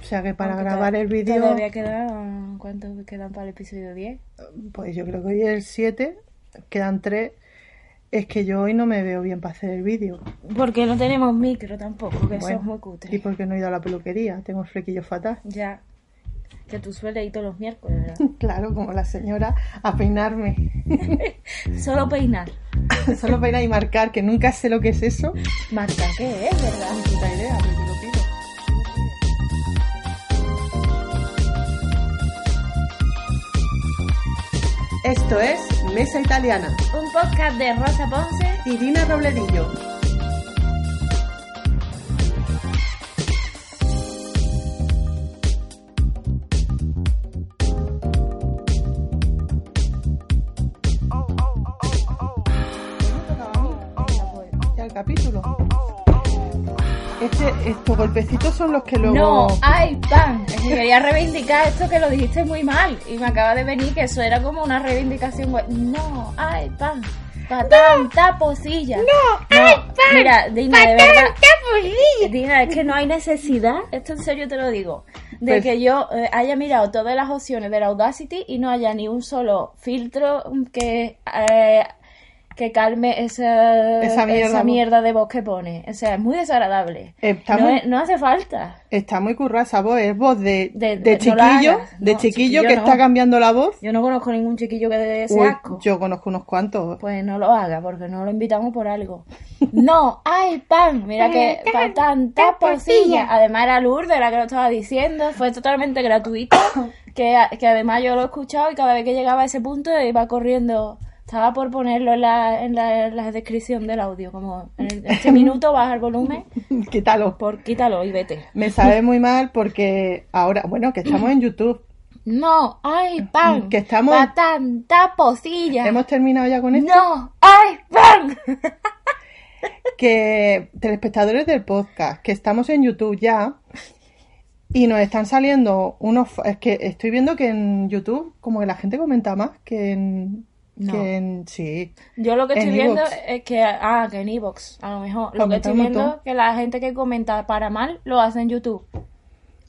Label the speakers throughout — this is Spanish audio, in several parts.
Speaker 1: O sea que para
Speaker 2: Aunque
Speaker 1: grabar
Speaker 2: to-
Speaker 1: el vídeo,
Speaker 2: Todavía quedan. ¿Cuántos quedan para el episodio 10?
Speaker 1: pues yo creo que hoy es el 7, quedan 3. Es que yo hoy no me veo bien para hacer el vídeo.
Speaker 2: Porque no tenemos micro tampoco, que eso
Speaker 1: Bueno,
Speaker 2: es muy
Speaker 1: Y
Speaker 2: cutre.
Speaker 1: porque no he ido a la peluquería, tengo el flequillo fatal.
Speaker 2: Ya. Que tú sueles ir todos los miércoles, ¿verdad?
Speaker 1: Claro, como la señora, a peinarme.
Speaker 2: Solo peinar.
Speaker 1: Solo peinar y marcar, que nunca sé lo que es eso.
Speaker 2: Marca, ¿qué es, verdad?
Speaker 1: Ni puta idea, pero te lo pido. Esto es Mesa Italiana.
Speaker 2: Un podcast de Rosa Ponce.
Speaker 1: Irina Robledillo. Ya el capítulo. Este, estos golpecitos son los que luego.
Speaker 2: No, ah. hay pan. Es que quería reivindicar esto que lo dijiste muy mal. Y me acaba de venir que eso era como una reivindicación. guay. No, hay pan. Patán, taposilla. No, hay pan. Mira, Dina, de verdad. Dina, es que no hay necesidad. Esto en serio te lo digo. De
Speaker 1: Pues-
Speaker 2: que yo eh, haya mirado todas las opciones del Audacity y no haya ni un solo filtro que. eh, que calme esa,
Speaker 1: Esa mierda, ¿no?
Speaker 2: mierda de voz que pone. O sea, es muy desagradable.
Speaker 1: Está
Speaker 2: no
Speaker 1: muy-
Speaker 2: es- no hace falta.
Speaker 1: Está muy currada esa voz, es voz de,
Speaker 2: De-
Speaker 1: de,
Speaker 2: no la
Speaker 1: chiquillo,
Speaker 2: hagas.
Speaker 1: de
Speaker 2: No,
Speaker 1: chiquillo
Speaker 2: chiquillo
Speaker 1: que
Speaker 2: no.
Speaker 1: está cambiando la voz.
Speaker 2: Yo no conozco ningún chiquillo que dé ese
Speaker 1: Uy,
Speaker 2: asco.
Speaker 1: yo conozco unos cuantos.
Speaker 2: Pues no lo haga, porque no lo invitamos por algo. No, hay pan. Mira que para tanta porcilla. Además era Lourdes la que lo estaba diciendo. Fue totalmente gratuito. Que, que además yo lo he escuchado y cada vez que llegaba a ese punto iba corriendo. Estaba por ponerlo en la, en la, en la descripción del audio. Como en el- en este minuto baja el volumen,
Speaker 1: Quítalo.
Speaker 2: por quítalo y vete.
Speaker 1: Me sabe muy mal porque ahora, bueno, que estamos en YouTube.
Speaker 2: No, hay pan.
Speaker 1: Que estamos-
Speaker 2: Para tanta porcilla.
Speaker 1: Hemos terminado ya con esto.
Speaker 2: No, hay pan.
Speaker 1: Que telespectadores del podcast, que estamos en YouTube ya y nos están saliendo unos... fa- Es que estoy viendo que en YouTube como que la gente comenta más que en...
Speaker 2: No.
Speaker 1: Que en sí.
Speaker 2: Yo lo que
Speaker 1: En
Speaker 2: estoy viendo
Speaker 1: iVoox.
Speaker 2: es que, ah, que en Evox, a lo mejor. Lo que
Speaker 1: Comenta
Speaker 2: estoy
Speaker 1: un
Speaker 2: viendo
Speaker 1: montón.
Speaker 2: es que la gente que comenta para mal lo hace en YouTube.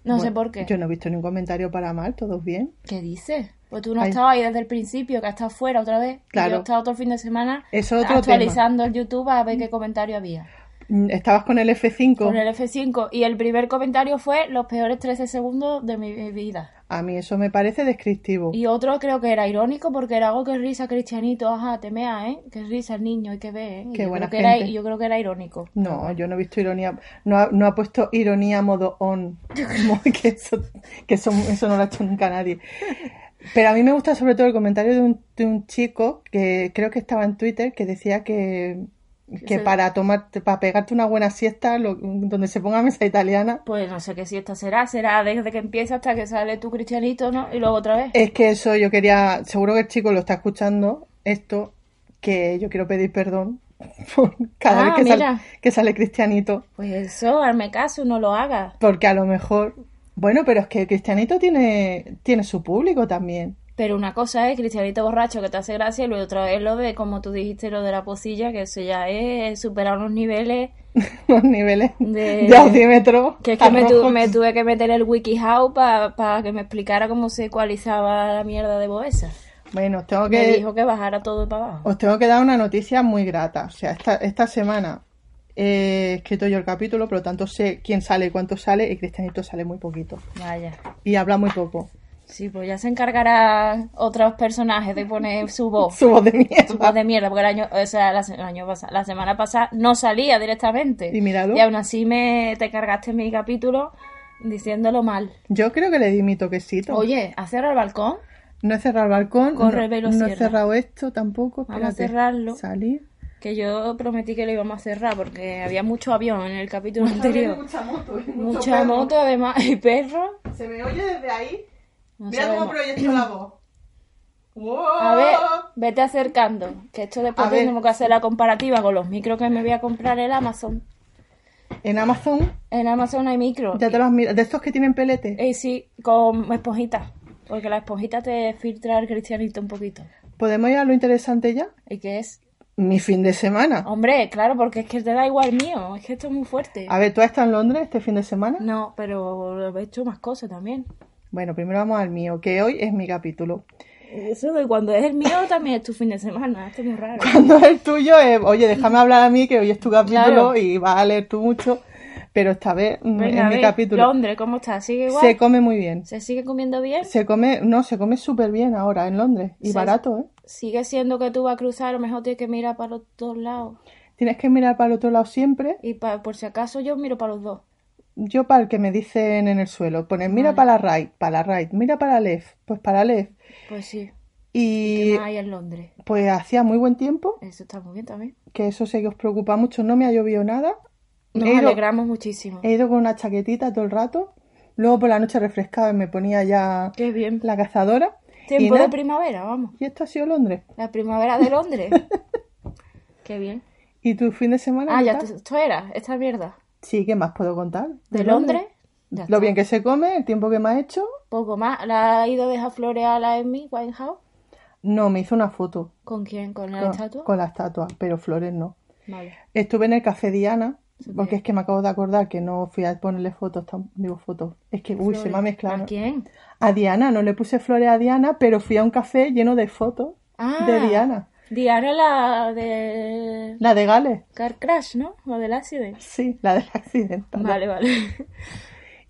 Speaker 2: No sé
Speaker 1: Bueno,
Speaker 2: por qué.
Speaker 1: Yo no he visto ningún comentario para mal, todos bien.
Speaker 2: ¿Qué dices? Pues tú no
Speaker 1: Ay.
Speaker 2: estabas ahí desde el principio, que has estado fuera otra vez. Y
Speaker 1: Claro.
Speaker 2: Yo he estado todo el fin de semana
Speaker 1: Es otro
Speaker 2: actualizando el YouTube a ver qué comentario había.
Speaker 1: Mm, Estabas con el F5.
Speaker 2: Con el F5. Y el primer comentario fue los peores 13 segundos de mi vida.
Speaker 1: A mí eso me parece descriptivo.
Speaker 2: Y otro creo que era irónico porque era algo que risa, Cristianito, ajá, te mea, ¿eh? Que risa el niño y que ve, ¿eh? Y
Speaker 1: Qué
Speaker 2: yo
Speaker 1: buena
Speaker 2: creo que era-
Speaker 1: gente.
Speaker 2: yo creo que era irónico.
Speaker 1: No, yo no he visto ironía. No ha, no ha puesto ironía modo on. Como que eso, que eso, eso no lo ha hecho nunca nadie. Pero a mí me gusta sobre todo el comentario de un, de un chico que creo que estaba en Twitter que decía que, que
Speaker 2: Sí.
Speaker 1: para tomarte, para pegarte una buena siesta, lo- donde se ponga mesa italiana,
Speaker 2: Pues no sé qué siesta será, será desde que empieza hasta que sale tu cristianito, ¿no? Y luego otra vez.
Speaker 1: Es que eso yo quería, seguro que el chico lo está escuchando, esto, que yo quiero pedir perdón por cada
Speaker 2: Ah,
Speaker 1: vez que sale,
Speaker 2: mira.
Speaker 1: que sale Cristianito,
Speaker 2: Pues eso, hazme caso, no lo hagas.
Speaker 1: porque a lo mejor, bueno, pero es que Cristianito tiene, tiene su público también.
Speaker 2: Pero una cosa es cristianito borracho que te hace gracia y luego otra vez lo de, como tú dijiste, lo de la pocilla, que eso ya es superar unos niveles
Speaker 1: Los niveles
Speaker 2: De-
Speaker 1: de, audímetro
Speaker 2: que es que me, tu-
Speaker 1: arrojos.
Speaker 2: me tuve que meter el wikihow para que me explicara cómo se ecualizaba la mierda de Boesa.
Speaker 1: Bueno, os tengo
Speaker 2: Me
Speaker 1: que,
Speaker 2: dijo que bajara todo para abajo.
Speaker 1: os tengo que dar una noticia muy grata. O sea, esta, esta semana he escrito yo el capítulo, por lo tanto sé quién sale y cuánto sale, y Cristianito sale muy poquito.
Speaker 2: Vaya.
Speaker 1: Y habla muy poco.
Speaker 2: Sí, pues ya se encargarán otros personajes de poner su voz.
Speaker 1: Su voz de mierda.
Speaker 2: Oh. Su voz de mierda, porque el año, o sea, la, se- el año pasa- la semana pasada no salía directamente.
Speaker 1: Y míralo.
Speaker 2: Y aún así me te cargaste mi capítulo diciéndolo mal.
Speaker 1: Yo creo que le di mi toquecito.
Speaker 2: Oye, ¿a cerrar el balcón?
Speaker 1: no he cerrado el balcón.
Speaker 2: Corre,
Speaker 1: no,
Speaker 2: velo,
Speaker 1: no he
Speaker 2: cierra.
Speaker 1: cerrado esto tampoco.
Speaker 2: Vamos a
Speaker 1: espérate.
Speaker 2: cerrarlo.
Speaker 1: Salir.
Speaker 2: Que yo prometí que lo íbamos a cerrar porque había mucho avión en el capítulo anterior.
Speaker 1: Mucha moto. ¿eh?
Speaker 2: Mucha moto, además, y perro.
Speaker 1: Se me oye desde ahí.
Speaker 2: No sabemos.
Speaker 1: proyecto la voz.
Speaker 2: A ver, vete acercando, que esto después
Speaker 1: A ver.
Speaker 2: tenemos que hacer la comparativa con los micros que me voy a comprar en Amazon.
Speaker 1: En Amazon
Speaker 2: En Amazon hay micros.
Speaker 1: ya te los mira. De estos que tienen pelete.
Speaker 2: Y Eh, sí, con esponjita. Porque la esponjita te filtra el cristianito un poquito.
Speaker 1: ¿Podemos ir a lo interesante ya?
Speaker 2: ¿Y qué es?
Speaker 1: mi fin de semana.
Speaker 2: Hombre, claro, porque es que te da igual mío. Es que esto es muy fuerte.
Speaker 1: A ver, ¿tú has estado en Londres este fin de semana?
Speaker 2: No, pero he hecho más cosas también.
Speaker 1: Bueno, primero vamos al mío, que hoy es mi capítulo.
Speaker 2: Eso de cuando es el mío también es tu fin de semana. Esto es muy raro.
Speaker 1: Cuando es el tuyo, eh, oye, déjame hablar a mí, que hoy es tu capítulo
Speaker 2: Claro.
Speaker 1: y vas a leer tú mucho, pero esta vez mm,
Speaker 2: Venga, a
Speaker 1: es mi
Speaker 2: ver,
Speaker 1: capítulo.
Speaker 2: Londres, ¿cómo está? ¿Sigue igual?
Speaker 1: Se come muy bien.
Speaker 2: ¿Se sigue comiendo bien?
Speaker 1: Se come, no, se come súper bien ahora en Londres y
Speaker 2: Sí.
Speaker 1: barato, ¿eh?
Speaker 2: ¿Sigue siendo que tú vas a cruzar? A lo mejor tienes que mirar para los dos lados.
Speaker 1: Tienes que mirar para el otro lado siempre.
Speaker 2: Y pa- por si acaso yo miro para los dos.
Speaker 1: Yo para el que me dicen en el suelo, poner mira para la right, para la right, mira para la left, pues para la left.
Speaker 2: Pues sí.
Speaker 1: Y
Speaker 2: ¿Qué más hay en Londres?
Speaker 1: pues hacía muy buen tiempo,
Speaker 2: Eso está muy bien también.
Speaker 1: que eso sé que os preocupa mucho, no me ha llovido nada.
Speaker 2: Nos
Speaker 1: He ido-
Speaker 2: alegramos muchísimo.
Speaker 1: He ido con una chaquetita todo el rato. Luego por la noche refrescaba y me ponía ya
Speaker 2: Qué bien.
Speaker 1: la cazadora. y,
Speaker 2: Tiempo
Speaker 1: nada,
Speaker 2: de primavera, vamos.
Speaker 1: y esto ha sido Londres.
Speaker 2: La primavera de Londres. Qué bien.
Speaker 1: ¿Y tu fin de semana?
Speaker 2: Ah,
Speaker 1: qué
Speaker 2: ya,
Speaker 1: tal?
Speaker 2: te- esto era, esta mierda.
Speaker 1: Sí, ¿qué más puedo contar?
Speaker 2: ¿De Londres? Ya
Speaker 1: Lo
Speaker 2: está.
Speaker 1: bien que se come, el tiempo que me ha hecho.
Speaker 2: Poco más. ¿La ha ido a dejar flores a la Amy Winehouse?
Speaker 1: No, me hizo una foto
Speaker 2: ¿Con quién? ¿Con la
Speaker 1: con,
Speaker 2: estatua?
Speaker 1: con la estatua, pero flores no.
Speaker 2: Vale.
Speaker 1: Estuve en el Café Diana,
Speaker 2: Súper
Speaker 1: porque es que me acabo de acordar que no fui a ponerle fotos, tam- digo fotos. Es que, uy, se me ha
Speaker 2: Flores.
Speaker 1: mezclado.
Speaker 2: ¿A quién?
Speaker 1: A Diana, no le puse flores a Diana, pero fui a un café lleno de fotos
Speaker 2: Ah,
Speaker 1: de Diana.
Speaker 2: Diana la del
Speaker 1: La de Gales.
Speaker 2: Car Crash, ¿no? La del accidente.
Speaker 1: Sí, la del accidente.
Speaker 2: Vale, vale.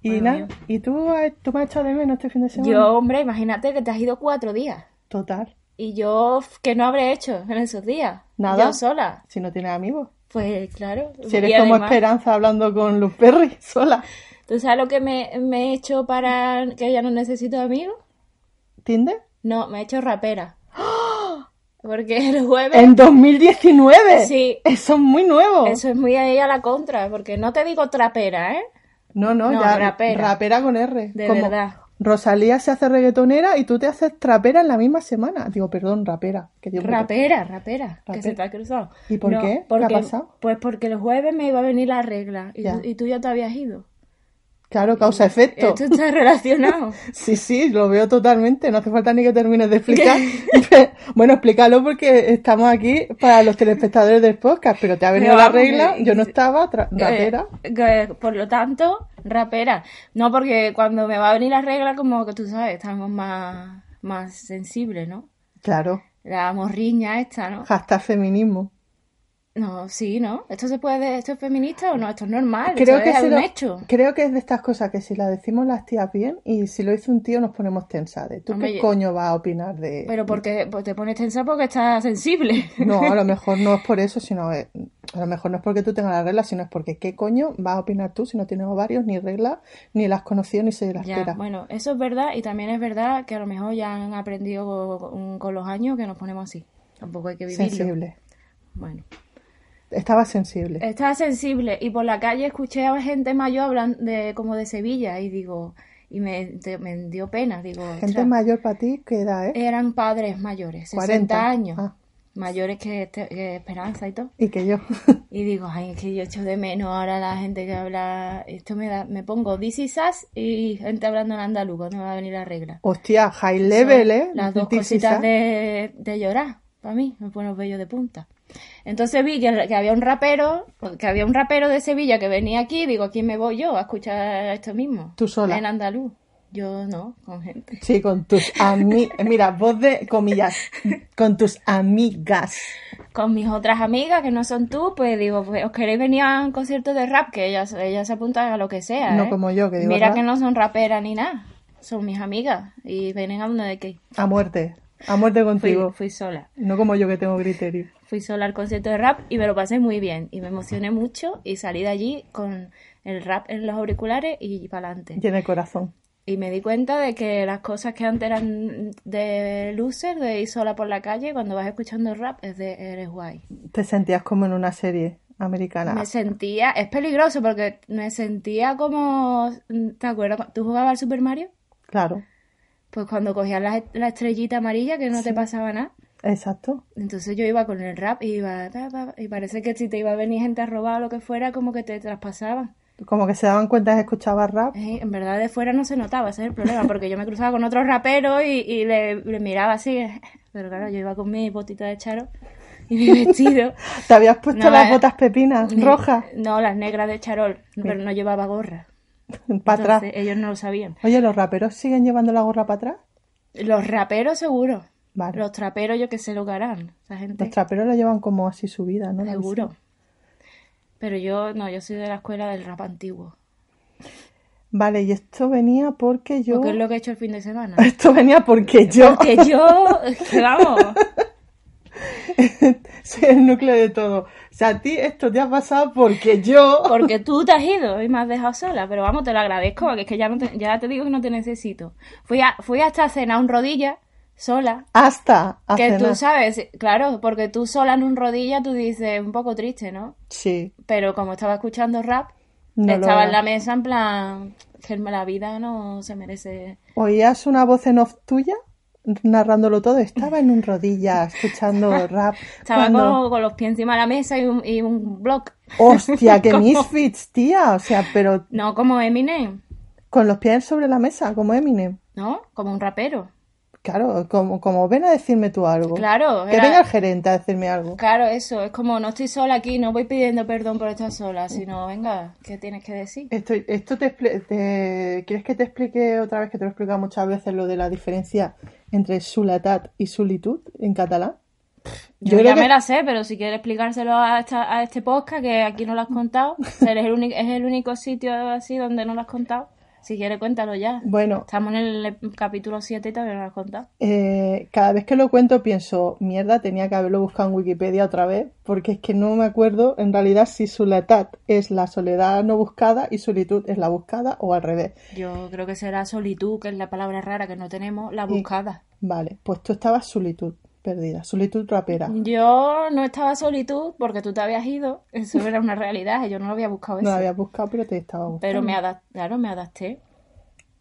Speaker 1: Y
Speaker 2: Bueno,
Speaker 1: nada,
Speaker 2: bien.
Speaker 1: ¿y tú, has- tú me has echado de menos este fin de semana?
Speaker 2: Yo, hombre, imagínate que te has ido cuatro días.
Speaker 1: Total,
Speaker 2: Y yo, ¿qué no habré hecho en esos días?
Speaker 1: Nada.
Speaker 2: Yo sola.
Speaker 1: si no tienes amigos.
Speaker 2: Pues claro.
Speaker 1: Si eres
Speaker 2: Y
Speaker 1: como
Speaker 2: además,
Speaker 1: Esperanza hablando con Luz Perry sola.
Speaker 2: ¿Tú sabes lo que me, me he hecho para que ya no necesito amigos?
Speaker 1: ¿Tinder?
Speaker 2: No, me he hecho rapera. ¡Oh! Porque el jueves...
Speaker 1: ¡En 2019!
Speaker 2: Sí.
Speaker 1: Eso es muy nuevo.
Speaker 2: Eso es muy ahí a la contra, porque no te digo trapera, ¿eh?
Speaker 1: No, no,
Speaker 2: No,
Speaker 1: ya.
Speaker 2: rapera.
Speaker 1: con R.
Speaker 2: De verdad.
Speaker 1: Rosalía se hace reggaetonera y tú te haces trapera en la misma semana. Digo, perdón, rapera. Que digo,
Speaker 2: Rapera, rapera,
Speaker 1: Rapera.
Speaker 2: que se te ha cruzado.
Speaker 1: ¿Y por qué? ¿Qué
Speaker 2: porque-
Speaker 1: ha pasado?
Speaker 2: Pues porque el jueves me iba a venir la regla y,
Speaker 1: Ya.
Speaker 2: y tú ya te habías ido.
Speaker 1: Claro, causa-efecto.
Speaker 2: Esto está relacionado.
Speaker 1: Sí, sí, lo veo totalmente. No hace falta ni que termines de explicar. Pero, bueno, explícalo porque estamos aquí para los telespectadores del podcast, pero te ha venido
Speaker 2: Pero
Speaker 1: la
Speaker 2: vamos,
Speaker 1: regla.
Speaker 2: que-
Speaker 1: Yo no estaba, tra- rapera.
Speaker 2: Eh, que, por lo tanto, rapera. No, porque cuando me va a venir la regla, como que tú sabes, estamos más, más sensibles, ¿no?
Speaker 1: Claro,
Speaker 2: La morriña esta, ¿no?
Speaker 1: hashtag feminismo.
Speaker 2: No, sí, ¿no? ¿Esto se puede, esto es feminista o no? Esto es normal,
Speaker 1: Creo
Speaker 2: esto
Speaker 1: que,
Speaker 2: es
Speaker 1: si
Speaker 2: un
Speaker 1: lo-
Speaker 2: hecho.
Speaker 1: creo que es de estas cosas que si las decimos las tías bien y si lo hizo un tío nos ponemos tensa de ¿Tú
Speaker 2: Hombre,
Speaker 1: qué
Speaker 2: yo-
Speaker 1: coño vas a opinar de...?
Speaker 2: Pero porque pues te pones tensa porque estás sensible.
Speaker 1: No, a lo mejor no es por eso, sino... eh, A lo mejor no es porque tú tengas la regla, sino es porque ¿qué coño vas a opinar tú si no tienes ovarios, ni reglas, ni las conocido, ni se las
Speaker 2: Ya,
Speaker 1: espera?
Speaker 2: bueno, eso es verdad y también es verdad que a lo mejor ya han aprendido co- co- con, los años que nos ponemos así. Tampoco hay que vivirlo.
Speaker 1: Sensible.
Speaker 2: Bueno,
Speaker 1: Estaba sensible.
Speaker 2: estaba sensible y por la calle escuché a gente mayor hablando de como de Sevilla y digo y me, te- me dio pena, digo,
Speaker 1: Gente
Speaker 2: "Ostras,
Speaker 1: mayor para ti, ¿qué edad ¿eh? es?
Speaker 2: eran padres mayores, 60
Speaker 1: 40.
Speaker 2: años,
Speaker 1: Ah.
Speaker 2: mayores que, este- que Esperanza y todo.
Speaker 1: Y que yo.
Speaker 2: Y digo, ay, es que yo echo de menos ahora la gente que habla, esto me da, me pongo this is us y gente hablando en andaluz, no me va a venir la regla.
Speaker 1: Hostia, high level, ¿eh?
Speaker 2: Las dos
Speaker 1: This is
Speaker 2: cositas
Speaker 1: us.
Speaker 2: de, de llorar, para mí, me pone los vellos de punta. Entonces vi que, que había un rapero, que había un rapero de Sevilla que venía aquí, digo, ¿a quién me voy yo a escuchar esto mismo?
Speaker 1: Tú sola.
Speaker 2: En andaluz. Yo no, con gente.
Speaker 1: Sí, con tus amigas. Mira, voz de comillas. Con tus amigas.
Speaker 2: Con mis otras amigas que no son tú, pues digo, pues, ¿os queréis venir a un concierto de rap? Que ellas, ellas se apuntan a lo que sea.
Speaker 1: No
Speaker 2: ¿eh?
Speaker 1: como yo, que digo
Speaker 2: Mira
Speaker 1: rap.
Speaker 2: que no son raperas ni nada. Son mis amigas y vienen a donde de que
Speaker 1: A muerte. A muerte
Speaker 2: fui,
Speaker 1: contigo.
Speaker 2: fui sola.
Speaker 1: No como yo que tengo criterio.
Speaker 2: Fui sola al concierto de rap y me lo pasé muy bien. Y me emocioné mucho y salí de allí con el rap en los auriculares y para adelante.
Speaker 1: Y en el corazón.
Speaker 2: Y me di cuenta de que las cosas que antes eran de loser, de ir sola por la calle, cuando vas escuchando rap es de eres guay.
Speaker 1: Te sentías como en una serie americana.
Speaker 2: Me sentía, es peligroso porque me sentía como, ¿te acuerdas? ¿Tú jugabas al Super Mario?
Speaker 1: Claro.
Speaker 2: Pues cuando cogías la, la estrellita amarilla que no te pasaba nada.
Speaker 1: Exacto.
Speaker 2: Entonces yo iba con el rap y iba, pa, pa, pa, y parece que si te iba a venir gente a robar o lo que fuera, como que te traspasaban.
Speaker 1: Como que se daban cuenta que escuchaba rap.
Speaker 2: Eh, En verdad de fuera no se notaba, ese es el problema, porque yo me cruzaba con eh. otros raperos y, y le, le miraba así, pero claro, yo iba con mi botita de charo y mi vestido.
Speaker 1: ¿Te habías puesto
Speaker 2: No,
Speaker 1: las
Speaker 2: eh,
Speaker 1: botas pepinas
Speaker 2: Ne-
Speaker 1: rojas
Speaker 2: No, las negras de charol, pero no llevaba gorra.
Speaker 1: para atrás?
Speaker 2: Entonces, ellos no lo sabían.
Speaker 1: Oye, ¿los raperos siguen llevando la gorra para atrás?
Speaker 2: Los raperos seguro.
Speaker 1: Vale.
Speaker 2: Los traperos yo que sé lo que harán. Esa gente
Speaker 1: Los traperos la llevan como así subida, ¿no? La
Speaker 2: seguro.
Speaker 1: visera.
Speaker 2: Pero yo no, yo soy de la escuela del rap antiguo.
Speaker 1: Vale, y esto venía porque yo...
Speaker 2: Porque es lo que he hecho el fin de semana.
Speaker 1: Esto venía porque yo
Speaker 2: Porque yo, que vamos,
Speaker 1: soy el núcleo de todo. O sea, a ti esto te ha pasado porque yo...
Speaker 2: porque tú te has ido y me has dejado sola, pero vamos, te lo agradezco, porque es que ya, no te, ya te digo que no te necesito. Fui, a, fui hasta a cenar un rodilla, sola,
Speaker 1: Hasta a
Speaker 2: que tú
Speaker 1: cenar.
Speaker 2: sabes, claro, porque tú sola en un rodilla, tú dices, un poco triste, ¿no?
Speaker 1: Sí.
Speaker 2: Pero como estaba escuchando rap,
Speaker 1: No lo
Speaker 2: estaba
Speaker 1: era.
Speaker 2: en la mesa en plan, que la vida no se merece...
Speaker 1: ¿Oías una voz en off tuya narrándolo todo? Estaba en un rodilla escuchando rap.
Speaker 2: Estaba
Speaker 1: cuando-
Speaker 2: con, con los pies encima de la mesa y un, y un blog.
Speaker 1: Hostia, que
Speaker 2: Como-
Speaker 1: misfits, tía. O sea, pero
Speaker 2: No como Eminem,
Speaker 1: con los pies sobre la mesa, como Eminem.
Speaker 2: ¿no? Como un rapero.
Speaker 1: Claro, como, como ven a decirme tú algo.
Speaker 2: Claro,
Speaker 1: Oh. Que
Speaker 2: era-
Speaker 1: venga el gerente a decirme algo.
Speaker 2: Claro, eso, es como no estoy sola aquí, no voy pidiendo perdón por estar sola, sino venga, ¿qué tienes que decir?
Speaker 1: Esto, esto te, expli- te- ¿Quieres que te explique otra vez que te lo he explicado muchas veces lo de la diferencia entre sulatat y solitud en catalán?
Speaker 2: Yo,
Speaker 1: creo
Speaker 2: ya
Speaker 1: que-
Speaker 2: me la sé, pero si quieres explicárselo a, esta- a este podcast, que aquí no lo has contado, o sea, eres el único, es el único sitio así donde no lo has contado, si quieres cuéntalo ya.
Speaker 1: Bueno,
Speaker 2: Estamos en el ep- capítulo 7 y todavía no lo has contado.
Speaker 1: eh, cada vez que lo cuento pienso, mierda, tenía que haberlo buscado en Wikipedia otra vez, porque es que no me acuerdo en realidad si sulatat es la soledad no buscada y solitud es la buscada o al revés.
Speaker 2: Yo creo que será solitud, que es la palabra rara que no tenemos, la buscada.
Speaker 1: Vale, pues tú estabas solitud perdida, solitud rapera.
Speaker 2: Yo no estaba solitud porque tú te habías ido, eso era una realidad, yo no lo había buscado
Speaker 1: No
Speaker 2: eso.
Speaker 1: la habías buscado, pero te estaba buscando.
Speaker 2: Pero me adapté, claro, me adapté.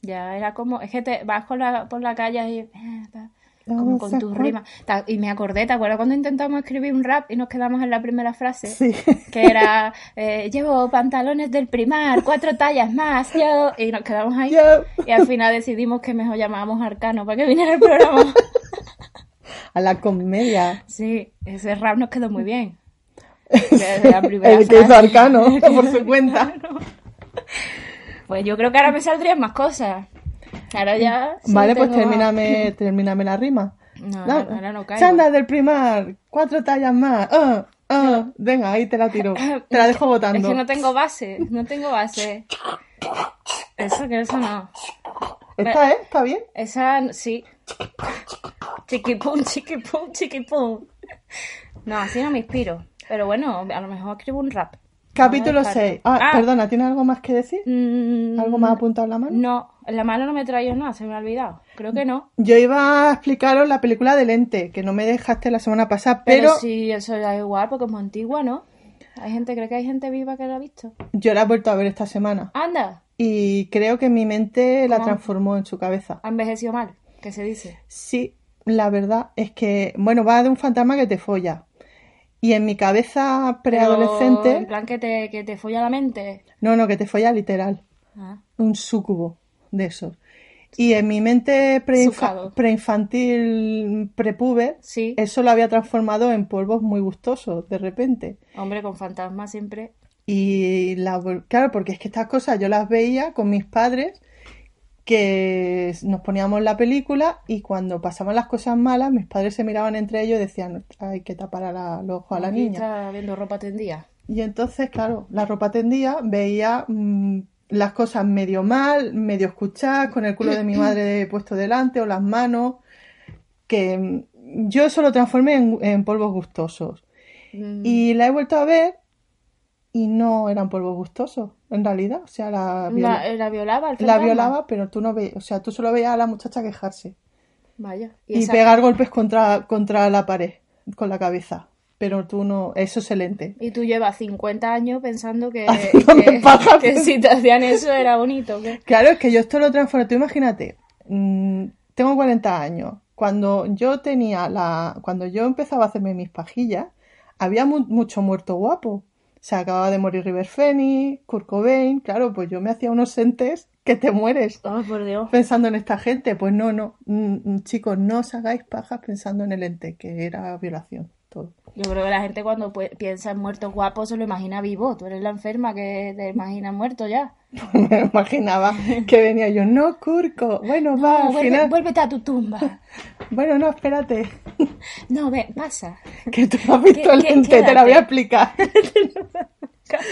Speaker 2: Ya era como, es que te vas con la- por la calle y eh, ta, como con tus rimas. Ta- Y me acordé, ¿te acuerdas cuando intentamos escribir un rap y nos quedamos en la primera frase?
Speaker 1: Sí.
Speaker 2: Que era, eh, llevo pantalones del primar, cuatro tallas más, yo. Y nos quedamos ahí.
Speaker 1: Yo-
Speaker 2: Y al final decidimos que mejor llamábamos a Arcano para que viniera el programa.
Speaker 1: A la comedia.
Speaker 2: Sí, ese rap nos quedó muy bien. De la primera
Speaker 1: El que hizo
Speaker 2: frase.
Speaker 1: Arcano, por su cuenta.
Speaker 2: Pues yo creo que ahora me saldrían más cosas. Ahora ya. sí
Speaker 1: Vale, pues
Speaker 2: tengo más-
Speaker 1: termíname, termíname la rima.
Speaker 2: No,
Speaker 1: No,
Speaker 2: ahora no caigo.
Speaker 1: Sandal del primar, cuatro tallas más. ah, ah. Venga, ahí te la tiro. Te la dejo
Speaker 2: Es
Speaker 1: botando.
Speaker 2: que no tengo base, no tengo base. Eso que eso no.
Speaker 1: ¿Está, eh? ¿Está bien?
Speaker 2: Esa sí. Chiquipum, chiquipum, chiquipum. No, así no me inspiro. Pero bueno, a lo mejor escribo un rap.
Speaker 1: Capítulo
Speaker 2: descarto.
Speaker 1: 6. Ah,
Speaker 2: Ah.
Speaker 1: perdona, ¿tienes algo más que decir?
Speaker 2: Mm,
Speaker 1: ¿Algo más apuntado en la mano?
Speaker 2: No, en la mano no me traigo nada, se me ha olvidado. Creo que no.
Speaker 1: Yo iba a explicaros la película del ente, que no me dejaste la semana pasada,
Speaker 2: Pero,
Speaker 1: pero,
Speaker 2: sí, eso da igual, porque es muy antigua, ¿no? Hay gente, creo que hay gente viva que la ha visto.
Speaker 1: yo la he vuelto a ver esta semana.
Speaker 2: Anda,
Speaker 1: Y creo que mi mente la
Speaker 2: ¿Cómo?
Speaker 1: transformó en su cabeza.
Speaker 2: ha envejecido mal, que se dice.
Speaker 1: Sí, la verdad es que, bueno, va de un fantasma que te folla. Y en mi cabeza
Speaker 2: Pero,
Speaker 1: preadolescente,
Speaker 2: En plan que te, que te folla la mente.
Speaker 1: no, no, que te folla literal,
Speaker 2: Ah,
Speaker 1: un súcubo de esos. Y en mi mente preinfa-
Speaker 2: Sucado.
Speaker 1: preinfantil, prepuber,
Speaker 2: sí.
Speaker 1: eso lo había transformado en polvos muy gustosos de repente.
Speaker 2: Hombre, con fantasmas siempre.
Speaker 1: Y la, vol- claro, porque es que estas cosas yo las veía con mis padres, que nos poníamos la película y cuando pasaban las cosas malas, mis padres se miraban entre ellos y decían, hay que tapar a la- los ojos a la
Speaker 2: Aquí
Speaker 1: niña.
Speaker 2: Está viendo ropa tendida.
Speaker 1: Y entonces, claro, la ropa tendía, veía mm, las cosas medio mal, medio escuchadas, con el culo de mi madre puesto delante o las manos, que mm, yo eso lo transformé en, en polvos gustosos.
Speaker 2: Mm,
Speaker 1: Y la he vuelto a ver y no eran polvos gustosos, en realidad. O sea, la, viol-
Speaker 2: la, eh, la violaba el
Speaker 1: la
Speaker 2: fantasma.
Speaker 1: violaba, pero tú no veías, o sea, tú solo veías a la muchacha quejarse
Speaker 2: Vaya.
Speaker 1: y
Speaker 2: esa-
Speaker 1: pegar golpes contra, contra la pared con la cabeza. Pero tú no, eso es excelente.
Speaker 2: y tú llevas 50 años pensando que,
Speaker 1: Haciéndome
Speaker 2: que,
Speaker 1: paja.
Speaker 2: que si te hacían eso era bonito. ¿qué?
Speaker 1: Claro, es que yo esto lo transformo. Tú imagínate, mm, tengo 40 años. Cuando yo tenía la, cuando yo empezaba a hacerme mis pajillas, había mu- mucho muerto guapo. Se acababa de morir River Phoenix, Kurt Cobain. Claro, pues yo me hacía unos entes que te mueres
Speaker 2: Ay, por Dios.
Speaker 1: pensando en esta gente. Pues no, no, Mm, mm, chicos, no os hagáis pajas pensando en el ente, que era violación. todo.
Speaker 2: Yo creo que la gente cuando pu- piensa en muertos guapos se lo imagina vivo. Tú eres la enferma que te imagina muerto ya.
Speaker 1: Me imaginaba que venía yo, no, Curco, bueno, Pues va,
Speaker 2: No,
Speaker 1: al
Speaker 2: vuelve-
Speaker 1: final.
Speaker 2: vuélvete a tu tumba.
Speaker 1: Bueno, no, espérate,
Speaker 2: No, ve, pasa.
Speaker 1: que tú no has visto
Speaker 2: Que-
Speaker 1: el
Speaker 2: que-
Speaker 1: lente, te la voy a
Speaker 2: quédate.
Speaker 1: explicar.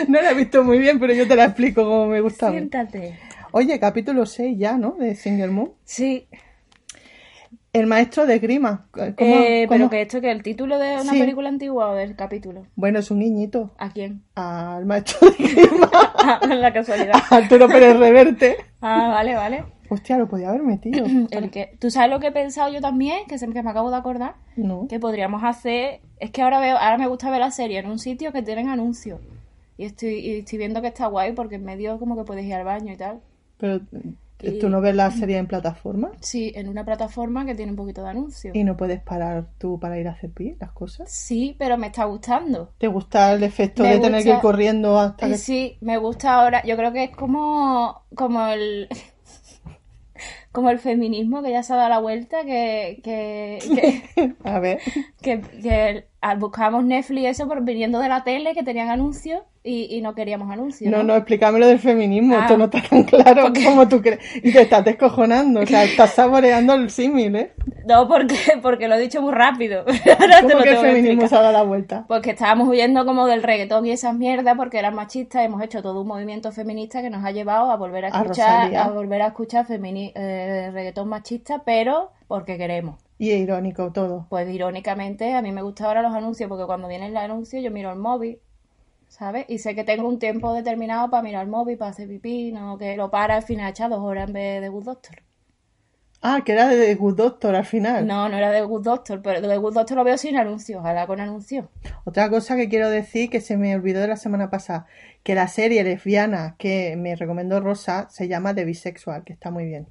Speaker 1: no la he visto muy bien, pero yo te la explico como me gusta. a mí.
Speaker 2: Siéntate.
Speaker 1: Oye, capítulo 6 ya, ¿no? De Single Moon.
Speaker 2: Sí,
Speaker 1: El maestro de Grima. ¿Cómo,
Speaker 2: eh, pero
Speaker 1: cómo?
Speaker 2: que esto que el título de una
Speaker 1: Sí.
Speaker 2: película antigua o del capítulo.
Speaker 1: Bueno, es un guiñito
Speaker 2: ¿A quién?
Speaker 1: al maestro de Grima,
Speaker 2: Ah, la casualidad.
Speaker 1: a Arturo Pérez Reverte.
Speaker 2: Ah, vale, vale.
Speaker 1: Hostia, lo podía haber metido.
Speaker 2: El que, ¿Tú sabes lo que he pensado yo también? Que, se, que me acabo de acordar.
Speaker 1: No.
Speaker 2: Que podríamos hacer. Es que ahora veo, ahora me gusta ver la serie en un sitio que tienen anuncios. Y estoy, y estoy viendo que está guay porque en medio como que puedes ir al baño y tal.
Speaker 1: Pero tú no ves la serie en plataforma
Speaker 2: Sí, en una plataforma que tiene un poquito de anuncios.
Speaker 1: y no puedes parar tú para ir a hacer pie, las cosas.
Speaker 2: Sí, pero me está gustando.
Speaker 1: ¿Te gusta el efecto
Speaker 2: Me
Speaker 1: de tener que ir
Speaker 2: gusta.
Speaker 1: corriendo hasta
Speaker 2: Y
Speaker 1: que...
Speaker 2: sí, me gusta ahora. Yo creo que es como, como el. Como el feminismo que ya se ha dado la vuelta, que, que, que,
Speaker 1: A ver,
Speaker 2: que, que el- al- buscábamos Netflix y eso por viniendo de la tele que tenían anuncios y, y no queríamos anuncios.
Speaker 1: no, no, explícame lo del feminismo,
Speaker 2: Ah.
Speaker 1: esto no está tan claro como tú crees. Y te estás descojonando, o sea, estás saboreando el símil, ¿eh?
Speaker 2: No, porque, porque lo he dicho muy rápido. Ahora te
Speaker 1: Como
Speaker 2: lo
Speaker 1: que el
Speaker 2: tengo que
Speaker 1: feminismo
Speaker 2: explicar.
Speaker 1: se ha dado la vuelta.
Speaker 2: Porque estábamos huyendo como del reggaetón y esas mierdas porque eran machistas. Hemos hecho todo un movimiento feminista que nos ha llevado a volver a
Speaker 1: A
Speaker 2: escuchar,
Speaker 1: Rosalía.
Speaker 2: a volver a escuchar femini- eh, reggaetón machista, pero porque queremos.
Speaker 1: Y es irónico todo.
Speaker 2: Pues irónicamente, a mí me gustan ahora los anuncios porque cuando vienen los anuncios yo miro el móvil, ¿sabes? Y sé que tengo un tiempo determinado para mirar el móvil, para hacer pipí, no que lo para al final echa dos horas en vez de Good Doctor.
Speaker 1: Ah, que era de The Good Doctor al final.
Speaker 2: No, no era de Good Doctor, pero de Good Doctor lo veo sin anuncios, ojalá con anuncios.
Speaker 1: Otra cosa que quiero decir que se me olvidó de la semana pasada, que la serie lesbiana que me recomendó Rosa se llama The Bisexual, que está muy bien.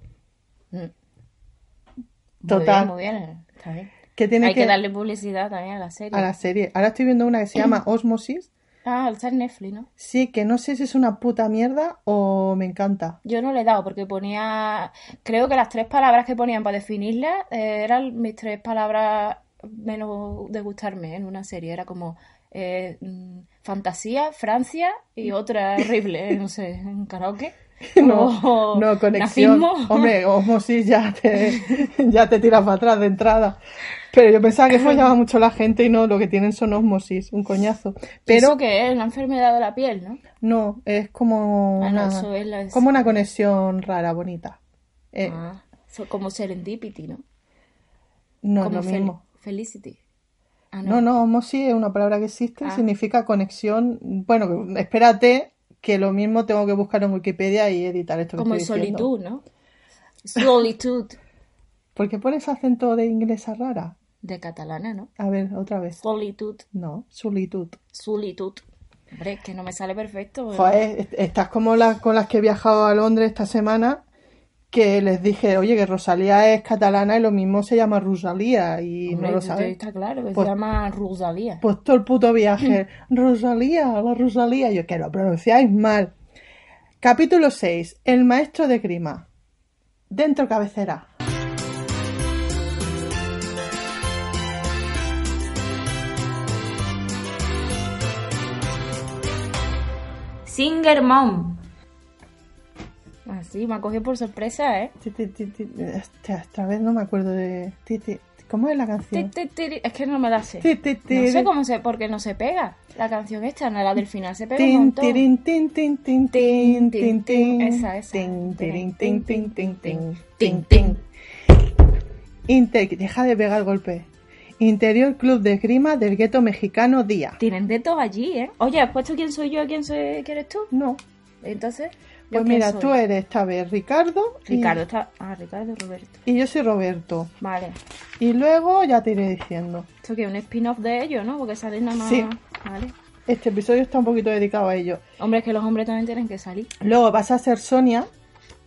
Speaker 2: Mm. Muy
Speaker 1: Total.
Speaker 2: bien, Muy bien, está bien.
Speaker 1: Que tiene
Speaker 2: Hay que... darle publicidad también a la serie.
Speaker 1: a la serie. Ahora estoy viendo una que se llama Osmosis.
Speaker 2: Ah, está en Netflix, ¿no?
Speaker 1: Sí, que no sé si es una puta mierda o me encanta.
Speaker 2: Yo no le he dado porque ponía. Creo que las tres palabras que ponían para definirla eh, eran mis tres palabras menos de gustarme en una serie. Era como eh, mm, fantasía, Francia y otra horrible, eh, no sé, en karaoke.
Speaker 1: No,
Speaker 2: O
Speaker 1: no, conexión.
Speaker 2: nazismo.
Speaker 1: Hombre, Osmosis ya te, ya te tiras para atrás de entrada. Pero yo pensaba que follaba mucho la gente y no, lo que tienen son Osmosis, un coñazo. Pero
Speaker 2: Eso que es una enfermedad de la piel, ¿no?
Speaker 1: No, es como
Speaker 2: Ah, no,
Speaker 1: una,
Speaker 2: eso es la-
Speaker 1: como una conexión rara, bonita. Eh,
Speaker 2: Ah, so- como serendipity, ¿no?
Speaker 1: no es
Speaker 2: como
Speaker 1: lo
Speaker 2: fel-
Speaker 1: mismo.
Speaker 2: felicity. Ah,
Speaker 1: No,
Speaker 2: no.
Speaker 1: no, homosis es una palabra que existe,
Speaker 2: Ah.
Speaker 1: significa conexión. Bueno, espérate, que lo mismo tengo que buscar en Wikipedia y editar esto que
Speaker 2: Como
Speaker 1: estoy diciendo.
Speaker 2: solitud, ¿no? Solitud
Speaker 1: ¿Por qué pones acento de inglesa rara?
Speaker 2: de catalana, ¿no?
Speaker 1: A ver, otra vez.
Speaker 2: Solitud,
Speaker 1: No, solitud.
Speaker 2: solitud. Hombre, es que no me sale perfecto. pero-
Speaker 1: Joder, est- estás como las con las que he viajado a Londres esta semana, que les dije, oye, que Rosalía es catalana y lo mismo se llama Rosalía y
Speaker 2: Hombre,
Speaker 1: no lo
Speaker 2: sí,
Speaker 1: saben.
Speaker 2: Está claro, que
Speaker 1: Pues-
Speaker 2: se llama Rosalía.
Speaker 1: Pues todo el puto viaje.
Speaker 2: Mm.
Speaker 1: Rosalía, la Rosalía. Yo que lo pronunciáis mal. Capítulo 6. El maestro de grima. Dentro cabecera.
Speaker 2: Singer Mom. Así, Ah, me ha cogido por sorpresa, ¿eh?
Speaker 1: Ti, ti, ti, ti. Hostia, Esta vez no me acuerdo de. ti, ti. ¿Cómo es la
Speaker 2: Ti,
Speaker 1: canción?
Speaker 2: ti, ti, Es que no me la sé.
Speaker 1: Ti, ti, ti,
Speaker 2: No sé
Speaker 1: ti.
Speaker 2: cómo se, porque no se pega. La canción esta, no, la del final se pega un
Speaker 1: Tin,
Speaker 2: montón.
Speaker 1: tirin, tin, tin, tin, tin, tin, tin.
Speaker 2: Esa, esa.
Speaker 1: Tin, tirin, tin, tin, tin, tin,
Speaker 2: Tin,
Speaker 1: tin.
Speaker 2: tin.
Speaker 1: Inter, deja de pegar golpe. Interior Club de Esgrima del Gueto Mexicano Día.
Speaker 2: Tienen de todo allí, ¿eh? Oye, ¿has puesto quién soy yo, quién, soy, quién eres tú?
Speaker 1: No,
Speaker 2: Entonces, ¿yo
Speaker 1: Pues
Speaker 2: quién
Speaker 1: mira,
Speaker 2: soy?
Speaker 1: tú eres esta vez Ricardo. y-
Speaker 2: Ricardo está... Ah, Ricardo Roberto.
Speaker 1: Y, yo soy Roberto.
Speaker 2: Vale.
Speaker 1: Y luego ya te iré diciendo.
Speaker 2: Esto que es un spin-off de ellos, ¿no? Porque salen nada más...
Speaker 1: Sí.
Speaker 2: Vale.
Speaker 1: Este episodio está un poquito dedicado a ello.
Speaker 2: Hombre, es que los hombres también tienen que salir.
Speaker 1: Luego vas a ser Sonia,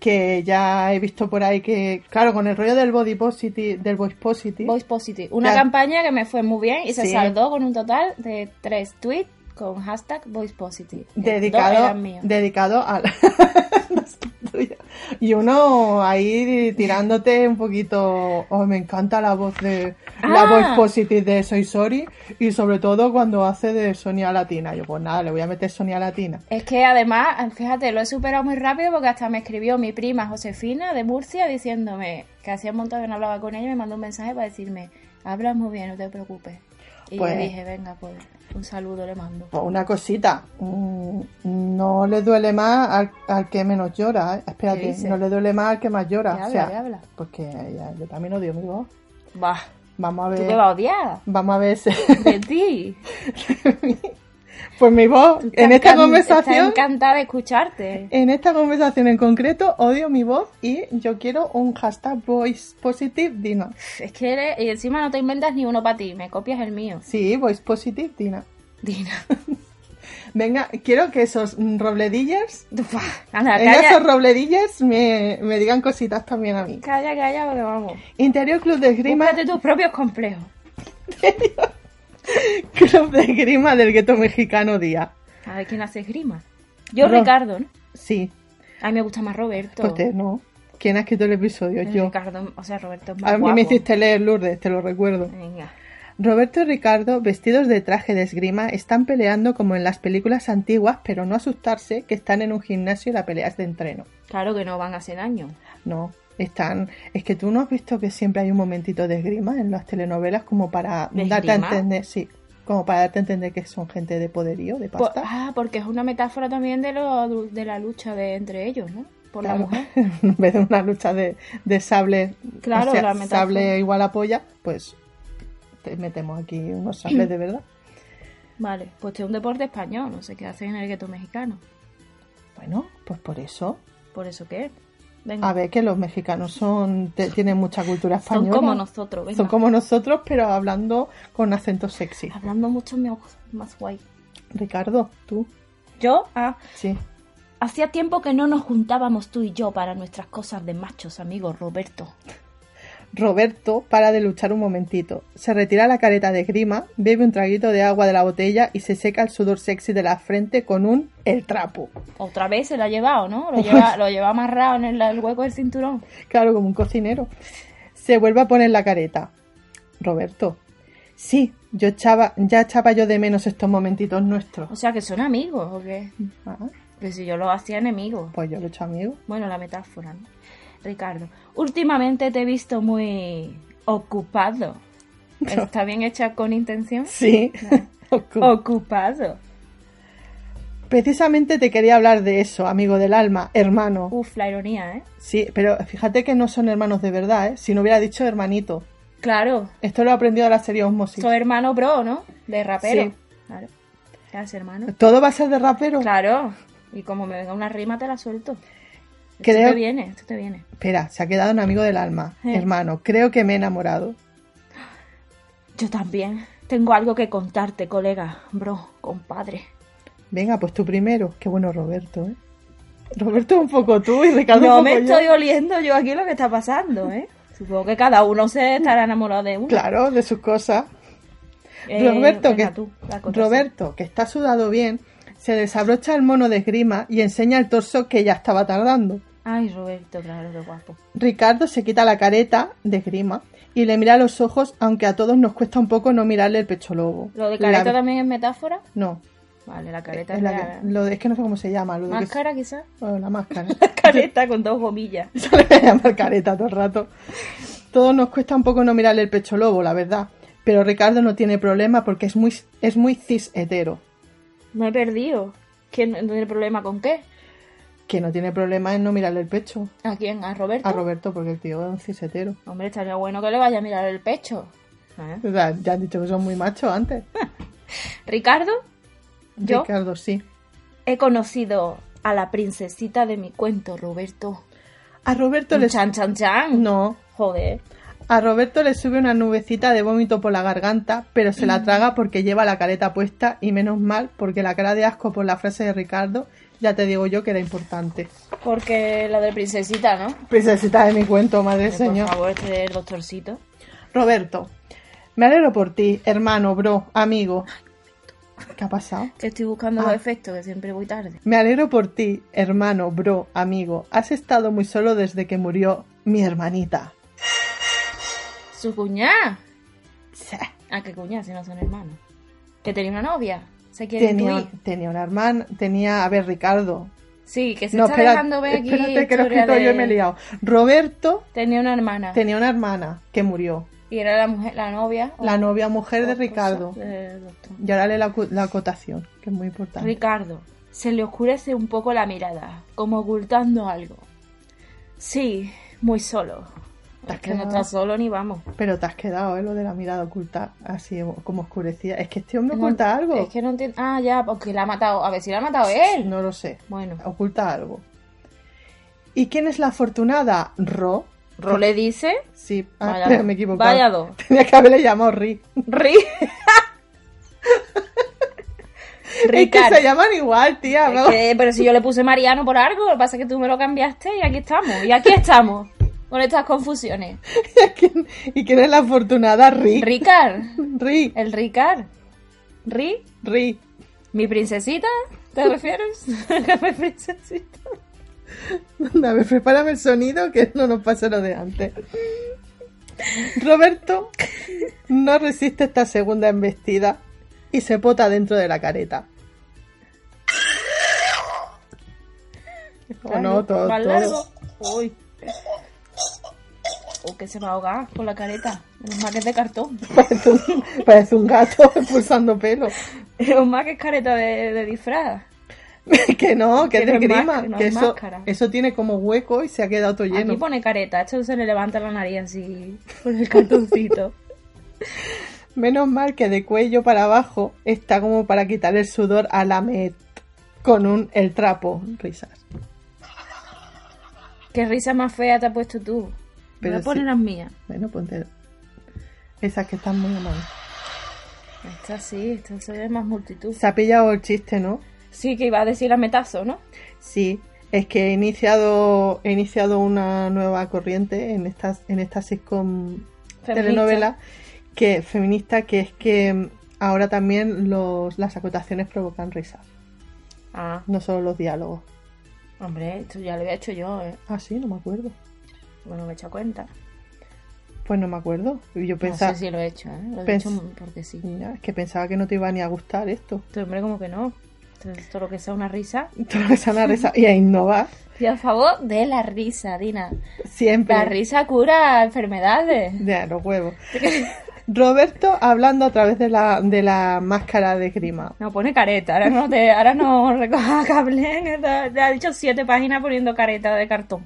Speaker 1: que ya he visto por ahí que, claro, con el rollo del body positive, del voice positive.
Speaker 2: Voice Positive. Una
Speaker 1: Claro.
Speaker 2: campaña que me fue muy bien y se
Speaker 1: Sí.
Speaker 2: saldó con un total de tres tweets con hashtag Voice Positive. Dos
Speaker 1: dedicado,
Speaker 2: eran míos.
Speaker 1: dedicado al tuya. Y uno ahí tirándote un poquito. Oh, me encanta la voz de. La
Speaker 2: Ah.
Speaker 1: voz positive de Soy Sorry. Y sobre todo cuando hace de Sonia Latina. Yo, pues nada, le voy a meter Sonia Latina.
Speaker 2: Es que además, fíjate, lo he superado muy rápido porque hasta me escribió mi prima Josefina de Murcia diciéndome que hacía un montón que no hablaba con ella y me mandó un mensaje para decirme, hablas muy bien, no te preocupes. Y
Speaker 1: Pues-
Speaker 2: yo dije, venga, pues un saludo le mando.
Speaker 1: Pues una cosita. mm, No le duele más al, al que menos llora. ¿eh?
Speaker 2: ¿Qué
Speaker 1: Espérate,
Speaker 2: dices?
Speaker 1: no le duele más al que más llora.
Speaker 2: ¿Qué
Speaker 1: o
Speaker 2: habla?
Speaker 1: sea,
Speaker 2: ¿Qué habla?
Speaker 1: Porque ya, yo también odio mi voz.
Speaker 2: Bah,
Speaker 1: Vamos a
Speaker 2: tú
Speaker 1: ver.
Speaker 2: te vas a odiar
Speaker 1: Vamos a ver. si-
Speaker 2: de ti.
Speaker 1: Pues mi voz,
Speaker 2: Tú estás
Speaker 1: en esta
Speaker 2: encan- estás
Speaker 1: conversación,
Speaker 2: encantada de escucharte.
Speaker 1: en esta conversación en concreto, odio mi voz y yo quiero un hashtag voice positive Dina.
Speaker 2: Es que eres- y encima no te inventas ni uno para ti, me copias el mío.
Speaker 1: Sí, voice positive Dina.
Speaker 2: Dina.
Speaker 1: Venga, quiero que esos mm, robledillers,
Speaker 2: Uf, Anda,
Speaker 1: venga, esos
Speaker 2: calla,
Speaker 1: robledillers me, me digan cositas también a mí.
Speaker 2: calla, calla, porque vamos.
Speaker 1: Interior Club de Esgrima,
Speaker 2: Búscate tus propios complejos.
Speaker 1: Club de Esgrima del Gueto Mexicano Día.
Speaker 2: A ver quién hace esgrima. Yo,
Speaker 1: Ro-
Speaker 2: Ricardo, ¿no?
Speaker 1: Sí,
Speaker 2: A mí me gusta más Roberto.
Speaker 1: pues te- no. ¿Quién ha escrito el episodio?
Speaker 2: Eh,
Speaker 1: Yo.
Speaker 2: Ricardo, o sea, Roberto es más
Speaker 1: A mí
Speaker 2: guapo.
Speaker 1: me hiciste leer Lourdes, te lo recuerdo.
Speaker 2: Venga.
Speaker 1: Roberto y Ricardo, vestidos de traje de esgrima, están peleando como en las películas antiguas, pero no asustarse que están en un gimnasio y la pelea es de entreno.
Speaker 2: Claro que no van a hacer daño.
Speaker 1: No, están... Es que tú no has visto que siempre hay un momentito de esgrima en las telenovelas como para
Speaker 2: ¿De
Speaker 1: darte a
Speaker 2: esgrima?
Speaker 1: entender... Sí, como para darte a entender que son gente de poderío, de
Speaker 2: Po-
Speaker 1: pasta.
Speaker 2: ah, porque es una metáfora también de, lo, de la lucha de entre ellos, ¿no? Por la
Speaker 1: Claro.
Speaker 2: mujer.
Speaker 1: en vez de una lucha de, de sable,
Speaker 2: Claro,
Speaker 1: o sea,
Speaker 2: la metáfora.
Speaker 1: sable igual a polla, pues te metemos aquí unos sables de verdad.
Speaker 2: Vale, pues es un deporte español, no sé qué hacen en el gueto mexicano.
Speaker 1: Bueno, pues por eso...
Speaker 2: ¿Por eso qué? Venga.
Speaker 1: A ver, que los mexicanos son te- tienen mucha cultura
Speaker 2: Son
Speaker 1: española.
Speaker 2: como nosotros, venga.
Speaker 1: Son como nosotros, pero hablando con acento sexy.
Speaker 2: Hablando mucho me hago más guay.
Speaker 1: Ricardo, tú.
Speaker 2: Yo, ah,
Speaker 1: Sí.
Speaker 2: hacía tiempo que no nos juntábamos tú y yo para nuestras cosas de machos, amigo Roberto.
Speaker 1: Roberto para de luchar un momentito. Se retira la careta de grima, bebe un traguito de agua de la botella y se seca el sudor sexy de la frente con un el trapo.
Speaker 2: Otra vez se la ha llevado, ¿no? Lo lleva, lo lleva amarrado en el, el hueco del cinturón.
Speaker 1: Claro, como un cocinero. Se vuelve a poner la careta. Roberto. Sí, yo echaba, ya echaba yo de menos estos momentitos
Speaker 2: O
Speaker 1: nuestros.
Speaker 2: sea que son amigos, ¿o qué?
Speaker 1: Ah,
Speaker 2: Que si yo los hacía enemigos.
Speaker 1: pues yo lo he hecho amigo.
Speaker 2: Bueno, la metáfora, ¿no? Ricardo, últimamente te he visto muy ocupado. ¿Está bien hecha con intención?
Speaker 1: Sí.
Speaker 2: Ocupado.
Speaker 1: Precisamente te quería hablar de eso, amigo del alma, hermano.
Speaker 2: Uf, la ironía, ¿eh?
Speaker 1: Sí, pero fíjate que no son hermanos de verdad, ¿eh? Si no hubiera dicho hermanito.
Speaker 2: Claro,
Speaker 1: Esto lo he aprendido de la serie Osmosis.
Speaker 2: Soy hermano bro, ¿no? De rapero.
Speaker 1: Sí.
Speaker 2: Claro. ¿Qué haces, hermano?
Speaker 1: Todo va a ser de rapero.
Speaker 2: Claro. Y como me venga una rima, te la suelto. Esto
Speaker 1: Creo-
Speaker 2: te viene, esto te viene.
Speaker 1: Espera, se ha quedado un amigo del alma,
Speaker 2: Sí.
Speaker 1: hermano. Creo que me he enamorado.
Speaker 2: Yo también. Tengo algo que contarte, colega, bro, compadre.
Speaker 1: Venga, pues tú primero. Qué bueno Roberto, ¿eh? Roberto un poco tú y Ricardo
Speaker 2: No
Speaker 1: un
Speaker 2: me
Speaker 1: poco yo.
Speaker 2: estoy oliendo yo aquí lo que está pasando, ¿eh? Supongo que cada uno se estará enamorado de uno.
Speaker 1: Claro, de sus cosas.
Speaker 2: Eh,
Speaker 1: Roberto,
Speaker 2: venga,
Speaker 1: que,
Speaker 2: tú, la acotación.
Speaker 1: Roberto, que está sudado bien, se desabrocha el mono de esgrima y enseña el torso que ya estaba tardando.
Speaker 2: Ay, Roberto, claro, qué guapo.
Speaker 1: Ricardo se quita la careta de esgrima y le mira a los ojos, aunque a todos nos cuesta un poco no mirarle el pecho lobo.
Speaker 2: ¿Lo de careta
Speaker 1: La-
Speaker 2: también es metáfora?
Speaker 1: No,
Speaker 2: Vale, la careta
Speaker 1: es,
Speaker 2: es
Speaker 1: Eh, la
Speaker 2: la,
Speaker 1: que- lo de- es que no sé cómo se llama. Lo de que-
Speaker 2: máscara, quizás.
Speaker 1: bueno, la máscara.
Speaker 2: Careta con dos gomillas.
Speaker 1: Se le voy a llamar careta todo el rato. Todos nos cuesta un poco no mirarle el pecho lobo, la verdad. Pero Ricardo no tiene problema porque es muy, es muy cis hetero.
Speaker 2: Me he perdido. ¿Quién no tiene problema con qué?
Speaker 1: Que no tiene problema en no mirarle el pecho
Speaker 2: ¿A quién? ¿A Roberto?
Speaker 1: a Roberto porque el tío es un cis hetero.
Speaker 2: Hombre, estaría bueno que le vaya a mirar el pecho. ¿Eh?
Speaker 1: O sea, ya han dicho que son muy machos antes.
Speaker 2: Ricardo, ¿Yo?
Speaker 1: Ricardo, sí.
Speaker 2: he conocido a la princesita de mi cuento, Roberto.
Speaker 1: A Roberto le
Speaker 2: Un Chan, chan, chan.
Speaker 1: No,
Speaker 2: Joder.
Speaker 1: A Roberto le sube una nubecita de vómito por la garganta, pero se
Speaker 2: Mm.
Speaker 1: la traga porque lleva la careta puesta y menos mal porque la cara de asco por la frase de Ricardo ya te digo yo que era importante.
Speaker 2: Porque la de princesita, ¿no?
Speaker 1: Princesita de mi cuento, madre
Speaker 2: Eh,
Speaker 1: señor.
Speaker 2: Por favor, este del doctorcito.
Speaker 1: Roberto, me alegro por ti, hermano, bro, amigo. ¿Qué ha pasado?
Speaker 2: Que estoy buscando
Speaker 1: Ah.
Speaker 2: los efectos, que siempre voy tarde.
Speaker 1: Me alegro por ti, hermano, bro, amigo. Has estado muy solo desde que murió mi hermanita.
Speaker 2: Su cuñada.
Speaker 1: Sí.
Speaker 2: Ah, qué cuñada, si no son hermanos. Que tenía una novia. Se quiere
Speaker 1: Tenía,
Speaker 2: tuir.
Speaker 1: tenía una hermana, tenía, a ver, Ricardo.
Speaker 2: Sí, que se
Speaker 1: No,
Speaker 2: está
Speaker 1: espera-
Speaker 2: dejando ver aquí.
Speaker 1: espérate, que lo he
Speaker 2: historia
Speaker 1: escrito yo y
Speaker 2: de-
Speaker 1: me he liado. Roberto
Speaker 2: Tenía una hermana.
Speaker 1: tenía una hermana que murió,
Speaker 2: Y era la mujer, la novia. o-
Speaker 1: la novia mujer de
Speaker 2: o-
Speaker 1: Ricardo.
Speaker 2: del doctor.
Speaker 1: Y ahora le la, acu- la acotación, que es muy importante.
Speaker 2: Ricardo, se le oscurece un poco la mirada, como ocultando algo. Sí, muy solo.
Speaker 1: Te has
Speaker 2: Es que no
Speaker 1: quedado-
Speaker 2: está solo ni vamos.
Speaker 1: Pero te has quedado, ¿eh? Lo de la mirada oculta, así como oscurecida. Es que este hombre
Speaker 2: No,
Speaker 1: oculta algo.
Speaker 2: Es que no entiendo. Ah, ya, porque la ha matado. A ver si la ha matado él.
Speaker 1: No lo sé.
Speaker 2: Bueno,
Speaker 1: Oculta algo. ¿Y quién es la afortunada? Ro.
Speaker 2: Ro le dice.
Speaker 1: Sí, ah,
Speaker 2: vaya,
Speaker 1: espera, me he equivocado.
Speaker 2: Vaya dos.
Speaker 1: Tenía que haberle llamado Ri.
Speaker 2: Ri.
Speaker 1: Es
Speaker 2: Ricardo.
Speaker 1: que se llaman igual, tía.
Speaker 2: Es
Speaker 1: vamos.
Speaker 2: que- pero si yo le puse Mariano por algo, lo que pasa es que tú me lo cambiaste y aquí estamos. Y aquí estamos. Con estas confusiones.
Speaker 1: ¿Quién- ¿Y quién es la afortunada? Ri. Ri.
Speaker 2: Ricard.
Speaker 1: Ri.
Speaker 2: El Ricard. Ri. ¿Mi princesita? ¿Te refieres? Mi princesita.
Speaker 1: A ver, prepárame el sonido que no nos pasa lo de antes. Roberto no resiste esta segunda embestida y se pota dentro de la careta. O no, todo,
Speaker 2: Más
Speaker 1: todo.
Speaker 2: largo. Uy. Oh, que se me ahoga con la careta. Menos mal que es de cartón.
Speaker 1: Parece un, parece un gato expulsando pelo.
Speaker 2: Menos mal que es careta de, de disfraz.
Speaker 1: Que no, que
Speaker 2: Que
Speaker 1: es de
Speaker 2: no es
Speaker 1: grima.
Speaker 2: máscara, no
Speaker 1: que
Speaker 2: es
Speaker 1: eso,
Speaker 2: máscara.
Speaker 1: eso tiene como hueco y se ha quedado todo
Speaker 2: Aquí
Speaker 1: lleno.
Speaker 2: pone careta. Esto se le levanta la nariz así. Con el cartoncito.
Speaker 1: Menos mal que de cuello para abajo está como para quitar el sudor a la met con un el trapo, risas.
Speaker 2: Qué risa más fea te has puesto tú. Me
Speaker 1: Pero
Speaker 2: voy a poner
Speaker 1: sí.
Speaker 2: las mías.
Speaker 1: Bueno, ponte esas que están muy amables.
Speaker 2: Esta sí, esta se ve más multitud.
Speaker 1: Se ha pillado el chiste, ¿no?
Speaker 2: Sí, que iba a decir la metazo, ¿no?
Speaker 1: Sí, es que he iniciado he iniciado una nueva corriente en estas en esta sitcom
Speaker 2: Feminista.
Speaker 1: telenovela que feminista que es que mm, ahora también los las acotaciones provocan risas,
Speaker 2: Ah,
Speaker 1: no solo los diálogos.
Speaker 2: hombre, esto ya lo había hecho yo, ¿eh?
Speaker 1: Ah, sí, no me acuerdo.
Speaker 2: Bueno, me he hecho cuenta.
Speaker 1: Pues no me acuerdo. Y yo
Speaker 2: No
Speaker 1: pensaba
Speaker 2: sé si lo he hecho, ¿eh? Lo he
Speaker 1: Pens-
Speaker 2: hecho porque sí.
Speaker 1: Mira, es que pensaba que no te iba ni a gustar esto.
Speaker 2: Este hombre como que no. Entonces, todo lo que sea una risa.
Speaker 1: Todo lo que sea una risa y a innovar
Speaker 2: Y a favor de la risa, Dina.
Speaker 1: siempre.
Speaker 2: La risa cura enfermedades.
Speaker 1: Ya, los huevos. Roberto hablando a través de la, de la máscara de grima.
Speaker 2: No pone careta, ahora no te, ahora no recoja cable, que te, te ha dicho siete páginas poniendo careta de cartón.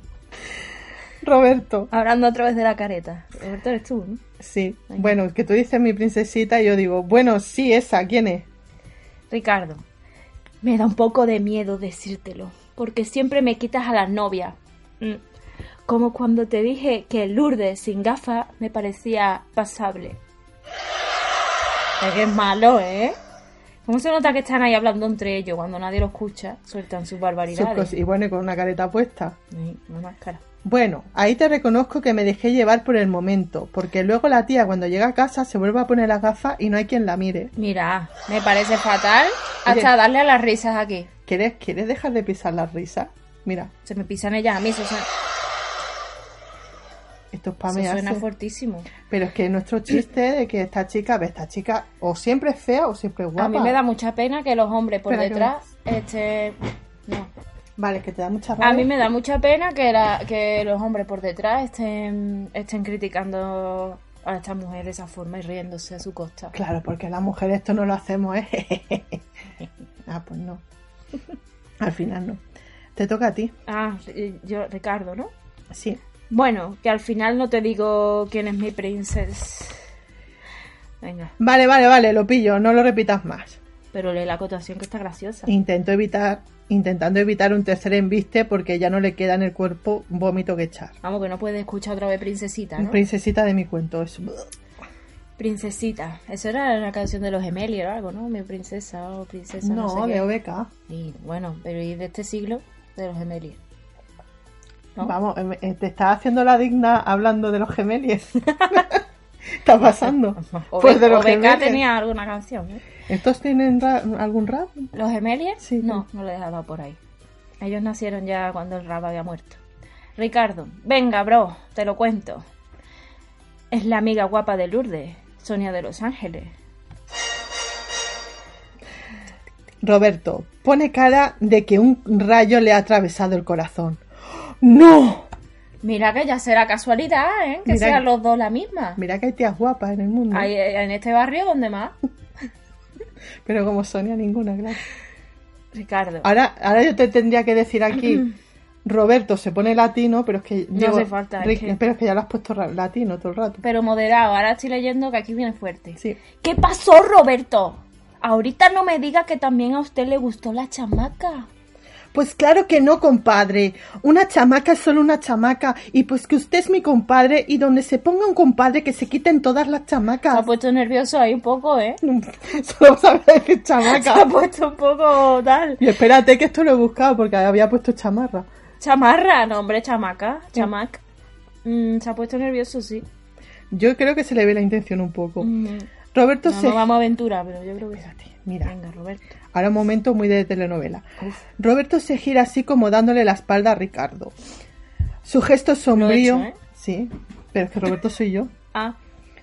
Speaker 1: Roberto,
Speaker 2: Hablando otra vez de la careta. Roberto eres tú, ¿no?
Speaker 1: sí.
Speaker 2: Venga.
Speaker 1: Bueno, que tú dices mi princesita y yo digo, bueno, sí, esa, ¿quién es?
Speaker 2: Ricardo, me da un poco de miedo decírtelo, porque siempre me quitas a la novia. Mm. Como cuando te dije que Lourdes sin gafas me parecía pasable. Es que es malo, ¿eh? ¿Cómo se nota que están ahí hablando entre ellos cuando nadie lo escucha? Sueltan sus
Speaker 1: Sus cos-
Speaker 2: barbaridades.
Speaker 1: y bueno, y con una careta puesta.
Speaker 2: Sí, una máscara.
Speaker 1: Bueno, ahí te reconozco que me dejé llevar por el momento, porque luego la tía cuando llega a casa se vuelve a poner las gafas y no hay quien la mire.
Speaker 2: Mira, me parece fatal
Speaker 1: Oye.
Speaker 2: hasta darle a las risas aquí.
Speaker 1: ¿Quieres, ¿Quieres dejar de pisar las risas? Mira,
Speaker 2: Se me pisan ellas a mí, eso, suena-
Speaker 1: esto es para
Speaker 2: eso suena
Speaker 1: mearse.
Speaker 2: fortísimo.
Speaker 1: Pero es que nuestro chiste de que esta chica, ve, esta chica o siempre es fea o siempre es guapa.
Speaker 2: A mí me da mucha pena que los hombres por
Speaker 1: Espera, que
Speaker 2: detrás, este, no.
Speaker 1: Vale, es que te da mucha rabia.
Speaker 2: A mí me da mucha pena que, la- que los hombres por detrás estén, estén criticando a esta mujer de esa forma y riéndose a su costa.
Speaker 1: Claro, porque las mujeres esto no lo hacemos, ¿eh? ah, pues no. Al final no. Te toca a ti.
Speaker 2: Ah, y yo, Ricardo, ¿no?
Speaker 1: Sí.
Speaker 2: Bueno, que al final no te digo quién es mi princesa. Venga,
Speaker 1: Vale, vale, vale, lo pillo, no lo repitas más.
Speaker 2: pero lee la acotación que está graciosa.
Speaker 1: Intento evitar, intentando evitar un tercer embiste porque ya no le queda en el cuerpo vómito que echar.
Speaker 2: Vamos, que no puedes escuchar otra vez princesita, ¿no?
Speaker 1: Princesita de mi cuento, es
Speaker 2: princesita. Eso era una canción de los Gemelli o algo, ¿no? Mi princesa o princesa. No,
Speaker 1: No,
Speaker 2: sé
Speaker 1: de
Speaker 2: qué.
Speaker 1: OBK.
Speaker 2: Y bueno, pero ¿y de este siglo? De los gemelios. ¿No?
Speaker 1: Vamos, eh, eh, te estás haciendo la digna hablando de los gemelies. está pasando?
Speaker 2: O,
Speaker 1: Pues de
Speaker 2: Be-
Speaker 1: lo
Speaker 2: o
Speaker 1: que
Speaker 2: Beca
Speaker 1: venden.
Speaker 2: tenía alguna canción. ¿eh?
Speaker 1: ¿Estos tienen ra- algún rap?
Speaker 2: ¿Los Gemeliers?
Speaker 1: Sí,
Speaker 2: no, no lo he dejado por ahí. Ellos nacieron ya cuando el rap había muerto. Ricardo, venga, bro, te lo cuento. Es la amiga guapa de Lourdes, Sonia de Los Ángeles.
Speaker 1: Roberto pone cara de que un rayo le ha atravesado el corazón. ¡No!
Speaker 2: Mira que ya será casualidad, ¿eh? Que
Speaker 1: Mira
Speaker 2: sean
Speaker 1: que-
Speaker 2: los dos la misma.
Speaker 1: Mira que hay tías guapas en el mundo.
Speaker 2: Ahí, eh, en este barrio, donde más?
Speaker 1: Pero como Sonia, ninguna, claro.
Speaker 2: Ricardo.
Speaker 1: Ahora, ahora yo te tendría que decir aquí. Roberto se pone latino, pero es que.
Speaker 2: No hace falta, es
Speaker 1: Rick,
Speaker 2: que-
Speaker 1: Pero es que ya lo has puesto ra- latino todo el rato.
Speaker 2: Pero moderado, ahora estoy leyendo que aquí viene fuerte.
Speaker 1: Sí.
Speaker 2: ¿Qué pasó, Roberto? Ahorita no me diga que también a usted le gustó la chamaca.
Speaker 1: Pues claro que no, compadre. Una chamaca es solo una chamaca. Y pues que usted es mi compadre. Y donde se ponga un compadre, que se quiten todas las
Speaker 2: Se ha
Speaker 1: chamacas.
Speaker 2: puesto nervioso ahí un poco, ¿eh?
Speaker 1: Solo sabes decir
Speaker 2: Se ha
Speaker 1: chamaca.
Speaker 2: puesto un poco tal.
Speaker 1: Y espérate que esto lo he buscado porque había puesto chamarra.
Speaker 2: Chamarra, no, hombre, chamaca. Chamac. Mm, se ha puesto nervioso, sí.
Speaker 1: Yo creo que se le ve la intención un poco.
Speaker 2: Mm,
Speaker 1: Roberto
Speaker 2: no,
Speaker 1: se...
Speaker 2: no vamos a aventura, pero yo creo que sí.
Speaker 1: Mira,
Speaker 2: Venga, Roberto.
Speaker 1: ahora un momento muy de telenovela.
Speaker 2: Uf,
Speaker 1: Roberto se gira así como dándole la espalda a Ricardo. Su gesto
Speaker 2: Lo he hecho,
Speaker 1: sombrío...
Speaker 2: ¿eh?
Speaker 1: Sí, pero es que Roberto soy yo.
Speaker 2: Ah,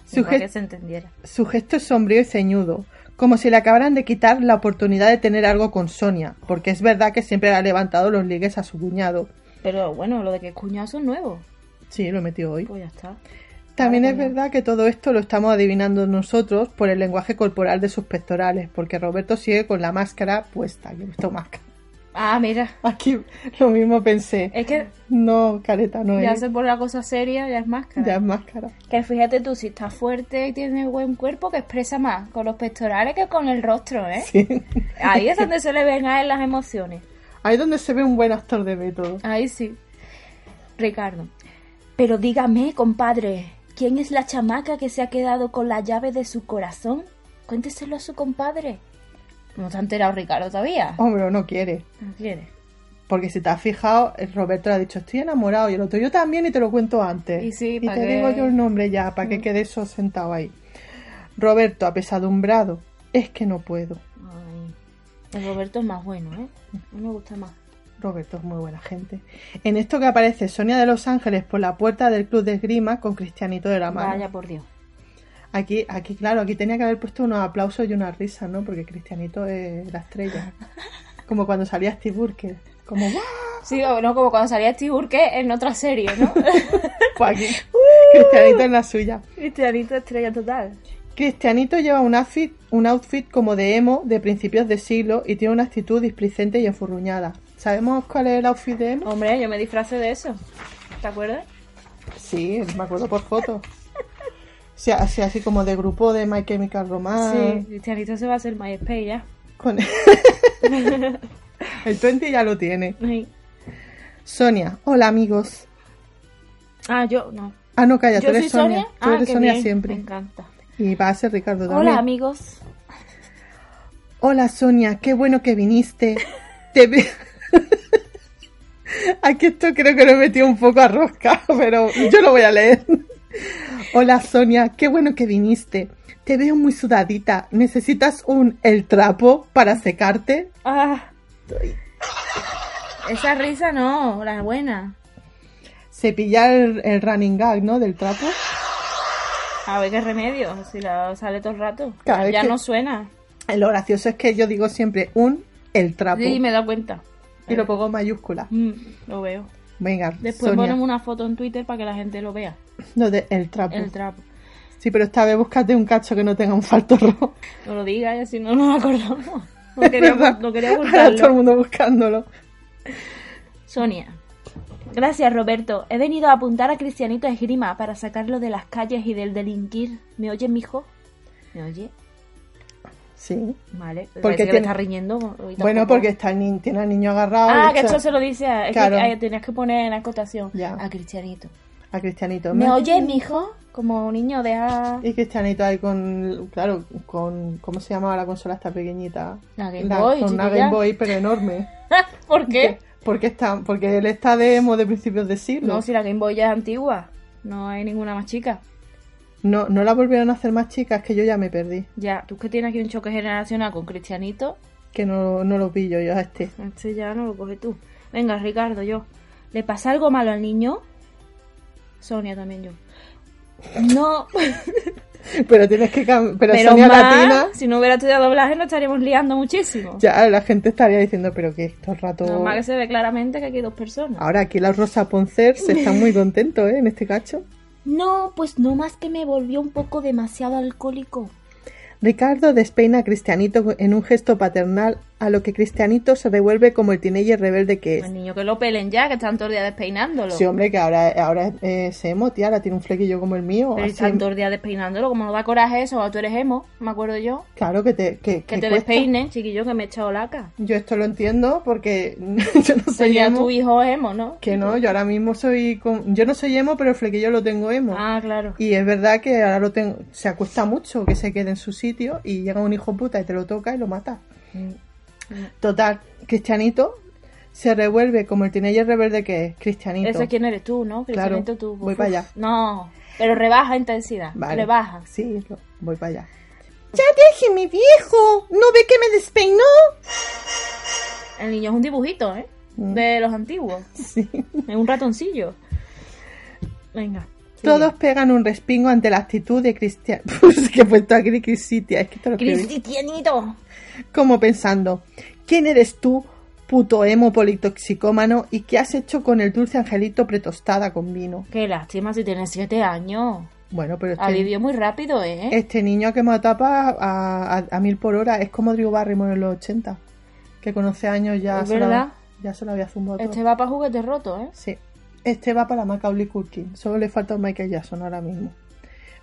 Speaker 1: Su
Speaker 2: igual
Speaker 1: gest-
Speaker 2: que se entendiera.
Speaker 1: Su gesto es sombrío y ceñudo, como si le acabaran de quitar la oportunidad de tener algo con Sonia, porque es verdad que siempre le ha levantado los ligues a su cuñado.
Speaker 2: Pero bueno, lo de que es cuñazo es nuevo.
Speaker 1: Sí, lo metió hoy.
Speaker 2: Pues ya está.
Speaker 1: También
Speaker 2: Ahora
Speaker 1: es
Speaker 2: cuñado.
Speaker 1: verdad que todo esto lo estamos adivinando nosotros por el lenguaje corporal de sus pectorales, porque Roberto sigue con la máscara puesta. Yo he puesto máscara.
Speaker 2: Ah, mira.
Speaker 1: Aquí lo mismo pensé.
Speaker 2: Es que
Speaker 1: No, careta, no
Speaker 2: ya
Speaker 1: es.
Speaker 2: se pone la cosa seria, ya es máscara.
Speaker 1: Ya es máscara.
Speaker 2: Que fíjate tú, si estás fuerte y tienes buen cuerpo, que expresa más con los pectorales que con el rostro, ¿eh?
Speaker 1: Sí.
Speaker 2: Ahí es donde se le ven a él las emociones.
Speaker 1: Ahí es donde se ve un buen actor de método.
Speaker 2: Ahí sí. Ricardo. Pero dígame, compadre, ¿quién es la chamaca que se ha quedado con la llave de su corazón? Cuénteselo a su compadre. Oh. No te ha enterado Ricardo todavía.
Speaker 1: Hombre, no quiere.
Speaker 2: No quiere.
Speaker 1: Porque si te has fijado, el Roberto le ha dicho, estoy enamorado, y el otro, yo también, y te lo cuento antes.
Speaker 2: Y sí,
Speaker 1: te
Speaker 2: pa' Mm. que-
Speaker 1: digo yo el nombre ya, para que quede eso sentado ahí. Roberto, apesadumbrado, es que no puedo.
Speaker 2: Ay. El Roberto es más bueno, ¿eh? A mí me gusta más.
Speaker 1: Roberto es muy buena gente. En esto que aparece Sonia de Los Ángeles por la puerta del club de esgrima con Cristianito de la mano.
Speaker 2: Vaya por Dios.
Speaker 1: Aquí, aquí, claro, aquí tenía que haber puesto unos aplausos y una risa, ¿no? Porque Cristianito es la estrella. Como cuando salía Steve Burke. Como, ¡guau!
Speaker 2: Sí, o no, como cuando salía Steve Burke en otra serie, ¿no?
Speaker 1: Pues aquí,
Speaker 2: Uh.
Speaker 1: Cristianito en la suya.
Speaker 2: Cristianito Este estrella total.
Speaker 1: Cristianito lleva un outfit, un outfit como de emo de principios de siglo y tiene una actitud displicente y enfurruñada. ¿Sabemos cuál es el outfit de emo?
Speaker 2: Hombre, yo me disfracé de eso. ¿Te acuerdas?
Speaker 1: Sí, me acuerdo por fotos. Sí, así, así como de grupo de My Chemical Romance.
Speaker 2: Sí, Cristianito se va a hacer MySpace ya.
Speaker 1: Con- el 20 ya lo tiene.
Speaker 2: Ay.
Speaker 1: Sonia, hola amigos.
Speaker 2: Ah, yo no.
Speaker 1: Ah, no, calla, tú
Speaker 2: yo
Speaker 1: eres
Speaker 2: soy Sonia.
Speaker 1: Tú
Speaker 2: Ah,
Speaker 1: eres
Speaker 2: qué
Speaker 1: Sonia
Speaker 2: bien, Me
Speaker 1: siempre.
Speaker 2: encanta.
Speaker 1: Y va a ser Ricardo también.
Speaker 2: Hola, amigos.
Speaker 1: Hola Sonia, qué bueno que viniste. Te ve- Aquí esto creo que lo he metido un poco a rosca, pero yo lo voy a leer. Hola Sonia, qué bueno que viniste. Te veo muy sudadita. ¿Necesitas un el trapo para secarte?
Speaker 2: Ah. Esa risa no, la buena.
Speaker 1: Cepillar el, el running gag, ¿no? Del trapo.
Speaker 2: A ver qué remedio, si la sale todo el rato.
Speaker 1: Cada vez
Speaker 2: ya
Speaker 1: que-
Speaker 2: no suena.
Speaker 1: Lo gracioso es que yo digo siempre un el trapo.
Speaker 2: Sí, me he dado cuenta.
Speaker 1: Y lo pongo en mayúscula.
Speaker 2: Mm, lo veo.
Speaker 1: Venga,
Speaker 2: Después
Speaker 1: Sonia,
Speaker 2: ponemos una foto en Twitter para que la gente lo vea.
Speaker 1: lo de el trapo.
Speaker 2: El trapo.
Speaker 1: Sí, pero esta vez búscate un cacho que no tenga un falto rojo.
Speaker 2: No lo digas, y así no nos acordamos. No
Speaker 1: Es
Speaker 2: quería,
Speaker 1: verdad.
Speaker 2: no quería
Speaker 1: Ahora todo el
Speaker 2: ocultarlo.
Speaker 1: mundo buscándolo.
Speaker 2: Sonia. Gracias, Roberto. He venido a apuntar a Cristianito a Esgrima para sacarlo de las calles y del delinquir. ¿Me oye, mijo? ¿Me oye?
Speaker 1: Sí.
Speaker 2: Vale.
Speaker 1: Porque
Speaker 2: Porque
Speaker 1: tiene-
Speaker 2: está riñendo. hoy
Speaker 1: Bueno,
Speaker 2: tampoco.
Speaker 1: porque está el ni- tiene al niño agarrado.
Speaker 2: Ah,
Speaker 1: le
Speaker 2: que
Speaker 1: echa
Speaker 2: esto se lo dice a... es que
Speaker 1: Claro.
Speaker 2: ahí tenías que poner en acotación
Speaker 1: Ya.
Speaker 2: a Cristianito.
Speaker 1: A Cristianito.
Speaker 2: ¿Me oye, mijo? Como niño deja...
Speaker 1: Y Cristianito ahí con, claro, con, ¿cómo se llamaba la consola esta pequeñita?
Speaker 2: La Game Boy, ¿Eh?
Speaker 1: Con
Speaker 2: chica,
Speaker 1: una Game
Speaker 2: ya.
Speaker 1: Boy, pero enorme.
Speaker 2: ¿Por qué?
Speaker 1: Porque, está, porque él está de emo de principios de siglo.
Speaker 2: No, si la Game Boy ya es antigua. No hay ninguna más chica.
Speaker 1: No, no la volvieron a hacer más chicas, que yo ya me perdí.
Speaker 2: Ya, tú que tienes aquí un choque generacional con Cristianito,
Speaker 1: Que no, no lo pillo yo a este.
Speaker 2: este ya no lo coge tú. Venga, Ricardo, yo. ¿Le pasa algo malo al niño? Sonia también yo. No,
Speaker 1: Pero tienes que cambiar. Pero,
Speaker 2: pero
Speaker 1: Sonia
Speaker 2: más,
Speaker 1: Latina.
Speaker 2: si no hubiera estudiado doblaje nos estaríamos liando muchísimo.
Speaker 1: Ya la gente estaría diciendo, pero que estos ratos.
Speaker 2: Normal que se ve claramente que aquí hay dos personas.
Speaker 1: Ahora aquí la Rosa Poncer se está muy contento, ¿eh? En este cacho.
Speaker 2: No, pues no más que me volvió un poco demasiado alcohólico.
Speaker 1: Ricardo despeina a Cristianito en un gesto paternal, a lo que Cristianito se devuelve como el teenager rebelde que es.
Speaker 2: El Pues niño que lo pelen ya, que están todo el día despeinándolo.
Speaker 1: Sí, hombre, que ahora, ahora es- es emo, tía, ahora tiene un flequillo como el mío.
Speaker 2: Pero
Speaker 1: así-
Speaker 2: están todo el día despeinándolo, como no da coraje eso, ahora tú eres emo, me acuerdo yo.
Speaker 1: Claro que te, que,
Speaker 2: Que
Speaker 1: que
Speaker 2: te
Speaker 1: cuesta.
Speaker 2: despeinen, chiquillo, que me he echado laca.
Speaker 1: Yo esto lo entiendo porque yo no soy
Speaker 2: Sería
Speaker 1: emo.
Speaker 2: tu hijo emo, ¿no?
Speaker 1: Que no, yo ahora mismo soy. con- Yo no soy emo, pero el flequillo lo tengo emo.
Speaker 2: Ah, claro.
Speaker 1: Y es verdad que ahora lo tengo. Se acuesta mucho que se quede en su sitio y llega un hijo puta y te lo toca y lo mata. Total, Cristianito se revuelve como el teenager rebelde que es. Cristianito.
Speaker 2: Eso es quién eres tú, ¿no?
Speaker 1: Claro,
Speaker 2: Cristianito, tú.
Speaker 1: voy
Speaker 2: Uf,
Speaker 1: para allá.
Speaker 2: No, pero rebaja intensidad,
Speaker 1: Vale.
Speaker 2: rebaja.
Speaker 1: Sí, lo- voy para allá. ¡Ya déjeme, viejo! ¿No ve que me despeinó?
Speaker 2: El niño es un dibujito, ¿eh?
Speaker 1: Mm.
Speaker 2: De los antiguos.
Speaker 1: Sí.
Speaker 2: Es un ratoncillo. Venga.
Speaker 1: Todos pegan un respingo ante la actitud de Cristian. Pues que he puesto aquí Crisitia, es que esto lo escribí.
Speaker 2: Cristianito.
Speaker 1: Como pensando, ¿quién eres tú, puto emo politoxicómano, y qué has hecho con el dulce angelito pretostada con vino?
Speaker 2: Qué lástima si tiene siete años.
Speaker 1: Bueno, pero
Speaker 2: Ha
Speaker 1: este,
Speaker 2: vivido muy rápido, ¿eh?
Speaker 1: este niño que me tapa a, a- a mil por hora es como Drew Barrymore en los 80, que con 11 años ya,
Speaker 2: Es
Speaker 1: se,
Speaker 2: verdad.
Speaker 1: la, ya se la había zumbado todo.
Speaker 2: Este va para juguete roto, ¿eh?
Speaker 1: Sí. Este va para Macaulay Culkin. Solo le falta un Michael Jackson ahora mismo.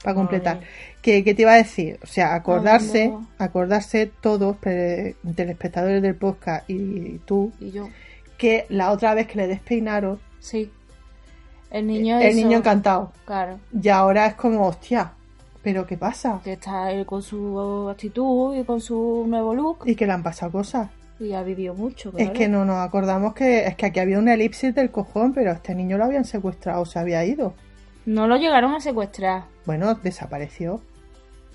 Speaker 1: Para completar.
Speaker 2: Ay.
Speaker 1: ¿Qué, qué te iba a decir? O
Speaker 2: Ah,
Speaker 1: sea, acordarse,
Speaker 2: Anda.
Speaker 1: acordarse todos, pe- telespectadores del podcast y tú,
Speaker 2: Y yo,
Speaker 1: que la otra vez que le despeinaron,
Speaker 2: sí. El niño
Speaker 1: Eh, el
Speaker 2: eso,
Speaker 1: niño encantado.
Speaker 2: Claro.
Speaker 1: Y ahora es como, hostia, ¿pero qué pasa?
Speaker 2: Que está él con su actitud y con su nuevo look.
Speaker 1: Y que le han pasado cosas.
Speaker 2: Y ha vivido mucho,
Speaker 1: Es que no nos acordamos que es que aquí había una elipsis del cojón, pero a este niño lo habían secuestrado, se había ido.
Speaker 2: No lo llegaron a secuestrar.
Speaker 1: Bueno, desapareció.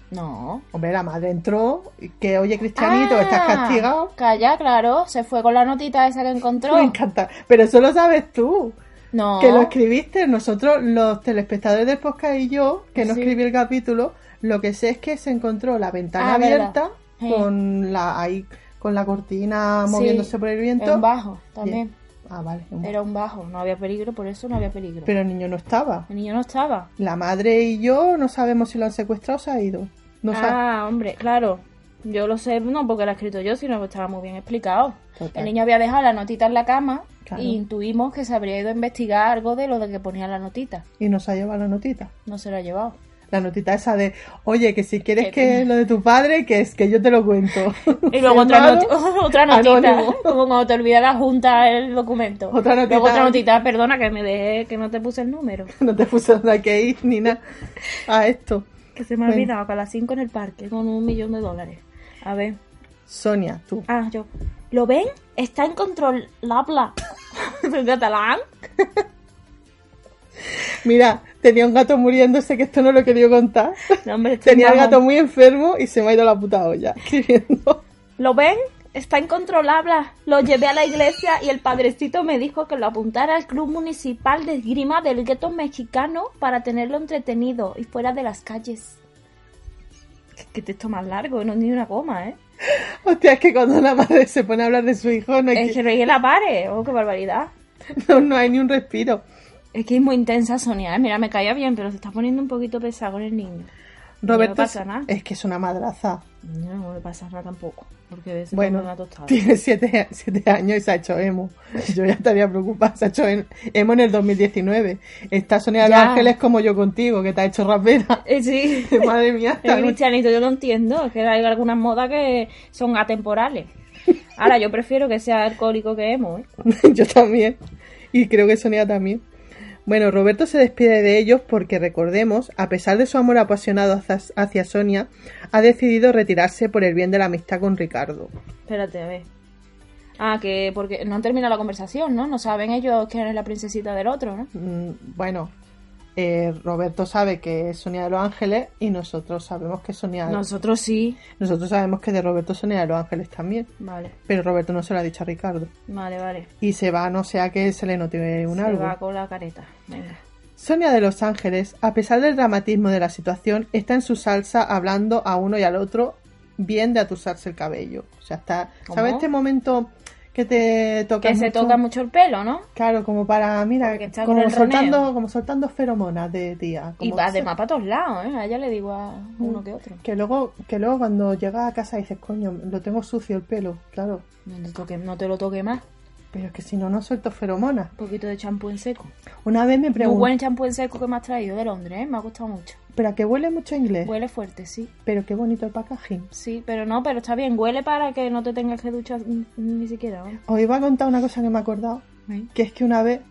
Speaker 2: No.
Speaker 1: Hombre, la madre entró, que oye, Cristianito,
Speaker 2: Ah.
Speaker 1: estás castigado.
Speaker 2: Calla, claro. Se fue con la notita esa que encontró.
Speaker 1: Me encanta. Pero eso lo sabes tú,
Speaker 2: No.
Speaker 1: que lo escribiste. Nosotros, los telespectadores del podcast y yo, que no
Speaker 2: Sí.
Speaker 1: escribí el capítulo, lo que sé es que se encontró la ventana
Speaker 2: Ah, verdad.
Speaker 1: abierta
Speaker 2: Sí.
Speaker 1: con la ahí con la cortina
Speaker 2: Sí,
Speaker 1: moviéndose por el
Speaker 2: Era
Speaker 1: viento.
Speaker 2: un bajo también.
Speaker 1: Ah, vale. un bajo.
Speaker 2: Era un bajo. No había peligro, por eso no había peligro.
Speaker 1: Pero el niño no estaba.
Speaker 2: El niño no estaba.
Speaker 1: La madre y yo no sabemos si lo han secuestrado o se ha ido. No sabemos.
Speaker 2: ah, hombre, claro. Yo lo sé, no porque lo he escrito yo, sino que estaba muy bien explicado.
Speaker 1: Total.
Speaker 2: El niño había dejado la notita en la cama
Speaker 1: Claro.
Speaker 2: y intuimos que se habría ido a investigar algo de lo de que ponía la notita.
Speaker 1: Y nos ha llevado la notita.
Speaker 2: No se lo ha llevado.
Speaker 1: La notita esa de, oye, que si quieres
Speaker 2: Que-
Speaker 1: que lo de tu padre, que es que yo te lo cuento.
Speaker 2: Y luego otra,
Speaker 1: Hermano,
Speaker 2: noti- otra notita.
Speaker 1: anónimo.
Speaker 2: Como cuando te olvida la junta el documento.
Speaker 1: Otra notita.
Speaker 2: Luego otra notita, perdona que me dejé, que no te puse el número.
Speaker 1: No te puse nada que ir ni nada a esto.
Speaker 2: Que se me ha
Speaker 1: Bueno.
Speaker 2: olvidado que a las 5 en el parque con un millón de dólares. A ver.
Speaker 1: Sonia, tú.
Speaker 2: Ah, yo. ¿Lo ven? Está en control la habla. ¿En catalán?
Speaker 1: Mira, tenía un gato muriéndose que esto no lo quería contar.
Speaker 2: No, hombre, esto es
Speaker 1: Tenía el
Speaker 2: mamón.
Speaker 1: gato muy enfermo y se me ha ido la puta olla escribiendo.
Speaker 2: ¿Lo ven? Está incontrolable. Lo llevé a la iglesia y el padrecito me dijo que lo apuntara al club municipal de esgrima del gueto mexicano para tenerlo entretenido y fuera de las calles. Qué texto más largo, no ni una coma, ¿eh?
Speaker 1: Hostia, es que cuando una madre se pone a hablar de su hijo no hay,
Speaker 2: Es
Speaker 1: que-
Speaker 2: que reí la pare, oh, qué barbaridad.
Speaker 1: no, no hay ni un respiro.
Speaker 2: Es que es muy intensa Sonia, ¿eh? Mira, me caía bien, pero se está poniendo un poquito pesado con el niño.
Speaker 1: Roberto,
Speaker 2: pasa nada.
Speaker 1: es que es una madraza.
Speaker 2: No, no me pasa nada tampoco, porque de
Speaker 1: Bueno,
Speaker 2: una tostada.
Speaker 1: tiene siete, siete años y se ha hecho emo. Yo ya estaría preocupada. Se ha hecho en- emo en el 2019. Está Sonia de los
Speaker 2: Ya.
Speaker 1: Ángeles como yo contigo, que te ha hecho rapera.
Speaker 2: Eh, sí.
Speaker 1: Madre mía, está
Speaker 2: El cristianito yo lo entiendo, es que hay algunas modas que son atemporales. Ahora, yo prefiero que sea alcohólico que emo, ¿eh?
Speaker 1: Yo también. Y creo que Sonia también. Bueno, Roberto se despide de ellos porque, recordemos, a pesar de su amor apasionado hacia, hacia Sonia, ha decidido retirarse por el bien de la amistad con Ricardo.
Speaker 2: Espérate, a ver. Ah, que porque no han terminado la conversación, ¿no? No saben ellos quién es la princesita del otro, ¿no?
Speaker 1: Mm, bueno, eh, Roberto sabe que es Sonia de los Ángeles y nosotros sabemos que es Sonia de-
Speaker 2: Nosotros sí.
Speaker 1: Nosotros sabemos que de Roberto es Sonia de los Ángeles también,
Speaker 2: Vale,
Speaker 1: pero Roberto no se lo ha dicho a Ricardo.
Speaker 2: vale, vale.
Speaker 1: Y se va, no sea que se le note un
Speaker 2: Se
Speaker 1: algo.
Speaker 2: va con la careta. Venga.
Speaker 1: Sonia de Los Ángeles, a pesar del dramatismo de la situación, está en su salsa hablando a uno y al otro bien de atusarse el cabello. O sea, está,
Speaker 2: ¿Cómo?
Speaker 1: ¿sabes este momento que te toca
Speaker 2: Que se toca mucho el pelo, ¿no?
Speaker 1: Claro, como para, mira,
Speaker 2: Porque está con
Speaker 1: como
Speaker 2: el roneo.
Speaker 1: soltando, como soltando feromonas de tía.
Speaker 2: Y
Speaker 1: Como
Speaker 2: va
Speaker 1: ese-
Speaker 2: de mapa a todos lados, ¿eh? A ella le digo a uno que otro.
Speaker 1: Que luego, que luego cuando llegas a casa dices, coño, lo tengo sucio el pelo, claro.
Speaker 2: No te, toque- no te lo toque más.
Speaker 1: Pero es que si no, no suelto feromonas.
Speaker 2: Un poquito de champú en seco.
Speaker 1: Una vez me
Speaker 2: Muy
Speaker 1: preguntó,
Speaker 2: buen champú en seco que me has traído de Londres, ¿eh? Me ha gustado mucho.
Speaker 1: pero que huele mucho a inglés,
Speaker 2: Huele fuerte, sí.
Speaker 1: pero qué bonito el packaging.
Speaker 2: Sí, pero no, pero está bien. Huele para que no te tengas que duchar mm, ni siquiera. ¿no?
Speaker 1: Os iba a contar una cosa que me he acordado. que es que una vez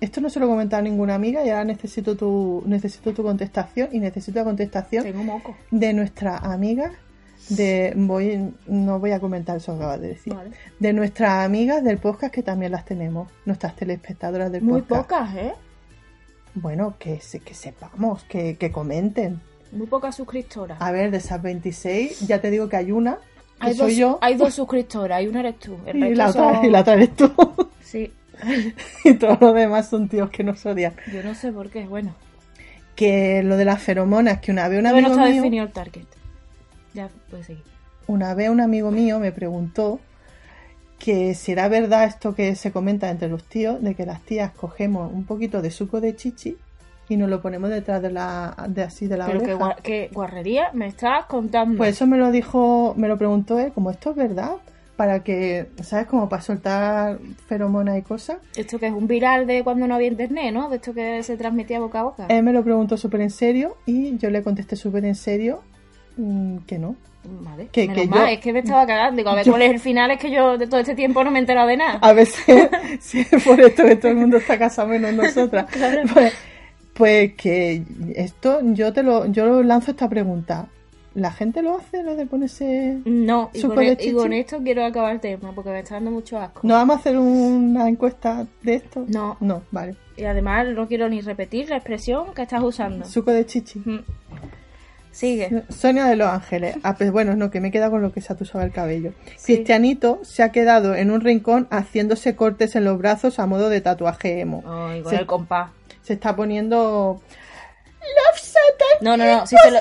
Speaker 1: esto no se lo he comentado a ninguna amiga y ahora necesito tu necesito tu contestación y necesito la contestación
Speaker 2: Tengo moco.
Speaker 1: de nuestra amiga de voy no voy a comentar eso que acabas de decir
Speaker 2: Vale.
Speaker 1: de nuestras amigas del podcast que también las tenemos nuestras telespectadoras del
Speaker 2: Muy
Speaker 1: podcast
Speaker 2: pocas, ¿eh?
Speaker 1: bueno que se- que sepamos que, que comenten
Speaker 2: Muy pocas suscriptoras.
Speaker 1: a ver de esas 26 ya te digo que hay una Ah, que
Speaker 2: Hay
Speaker 1: soy
Speaker 2: dos,
Speaker 1: yo
Speaker 2: hay dos suscriptoras, y una eres tú. El
Speaker 1: y
Speaker 2: resto
Speaker 1: la, otra,
Speaker 2: son-
Speaker 1: y la otra eres tú
Speaker 2: Sí,
Speaker 1: y todos los demás son tíos que nos odian
Speaker 2: yo no sé por qué. Bueno,
Speaker 1: que lo de las feromonas que una vez un
Speaker 2: todavía no
Speaker 1: amigo
Speaker 2: está
Speaker 1: mío
Speaker 2: definido el target. Ya, pues puedes seguir.
Speaker 1: Una vez un amigo mío me preguntó que si era verdad esto que se comenta entre los tíos, de que las tías cogemos un poquito de suco de chichi y nos lo ponemos detrás de la de así de la
Speaker 2: Pero qué,
Speaker 1: oreja.
Speaker 2: gua- qué guarrería me estás contando.
Speaker 1: Pues eso me lo dijo, me lo preguntó él, como esto es verdad, para que, ¿sabes? Como para soltar feromonas y cosas.
Speaker 2: Esto que es un viral de cuando no había internet, ¿no? De esto que se transmitía boca a boca.
Speaker 1: Él Eh, me lo preguntó súper en serio y yo le contesté súper en serio mm, que no.
Speaker 2: Vale.
Speaker 1: que-
Speaker 2: Menos
Speaker 1: que
Speaker 2: mal,
Speaker 1: yo-
Speaker 2: es que me estaba cagando. Digo, a ver
Speaker 1: yo-
Speaker 2: cuál es el final, es que yo de todo este tiempo no me he enterado de nada.
Speaker 1: A veces, si es por esto que todo el mundo está casado menos nosotras. Pues, pues que esto, yo te lo, yo lanzo esta pregunta. ¿La gente lo hace, lo de ponerse...?
Speaker 2: No, y
Speaker 1: Suco
Speaker 2: con,
Speaker 1: de
Speaker 2: e- y
Speaker 1: chichi.
Speaker 2: con esto quiero acabar el tema porque me está dando mucho asco.
Speaker 1: ¿No vamos a hacer una encuesta de esto?
Speaker 2: No.
Speaker 1: No, vale.
Speaker 2: Y además no quiero ni repetir la expresión que estás usando.
Speaker 1: Suco de chichi.
Speaker 2: Mm. Sigue.
Speaker 1: Sonia de Los Ángeles. Ah, pues bueno, no, que me he quedado con lo que se atusaba el cabello.
Speaker 2: Sí.
Speaker 1: Cristianito se ha quedado en un rincón haciéndose cortes en los brazos a modo de tatuaje emo.
Speaker 2: Ay, con
Speaker 1: Se-
Speaker 2: el compás.
Speaker 1: Se está poniendo...
Speaker 2: No, no, no. Si se, lo,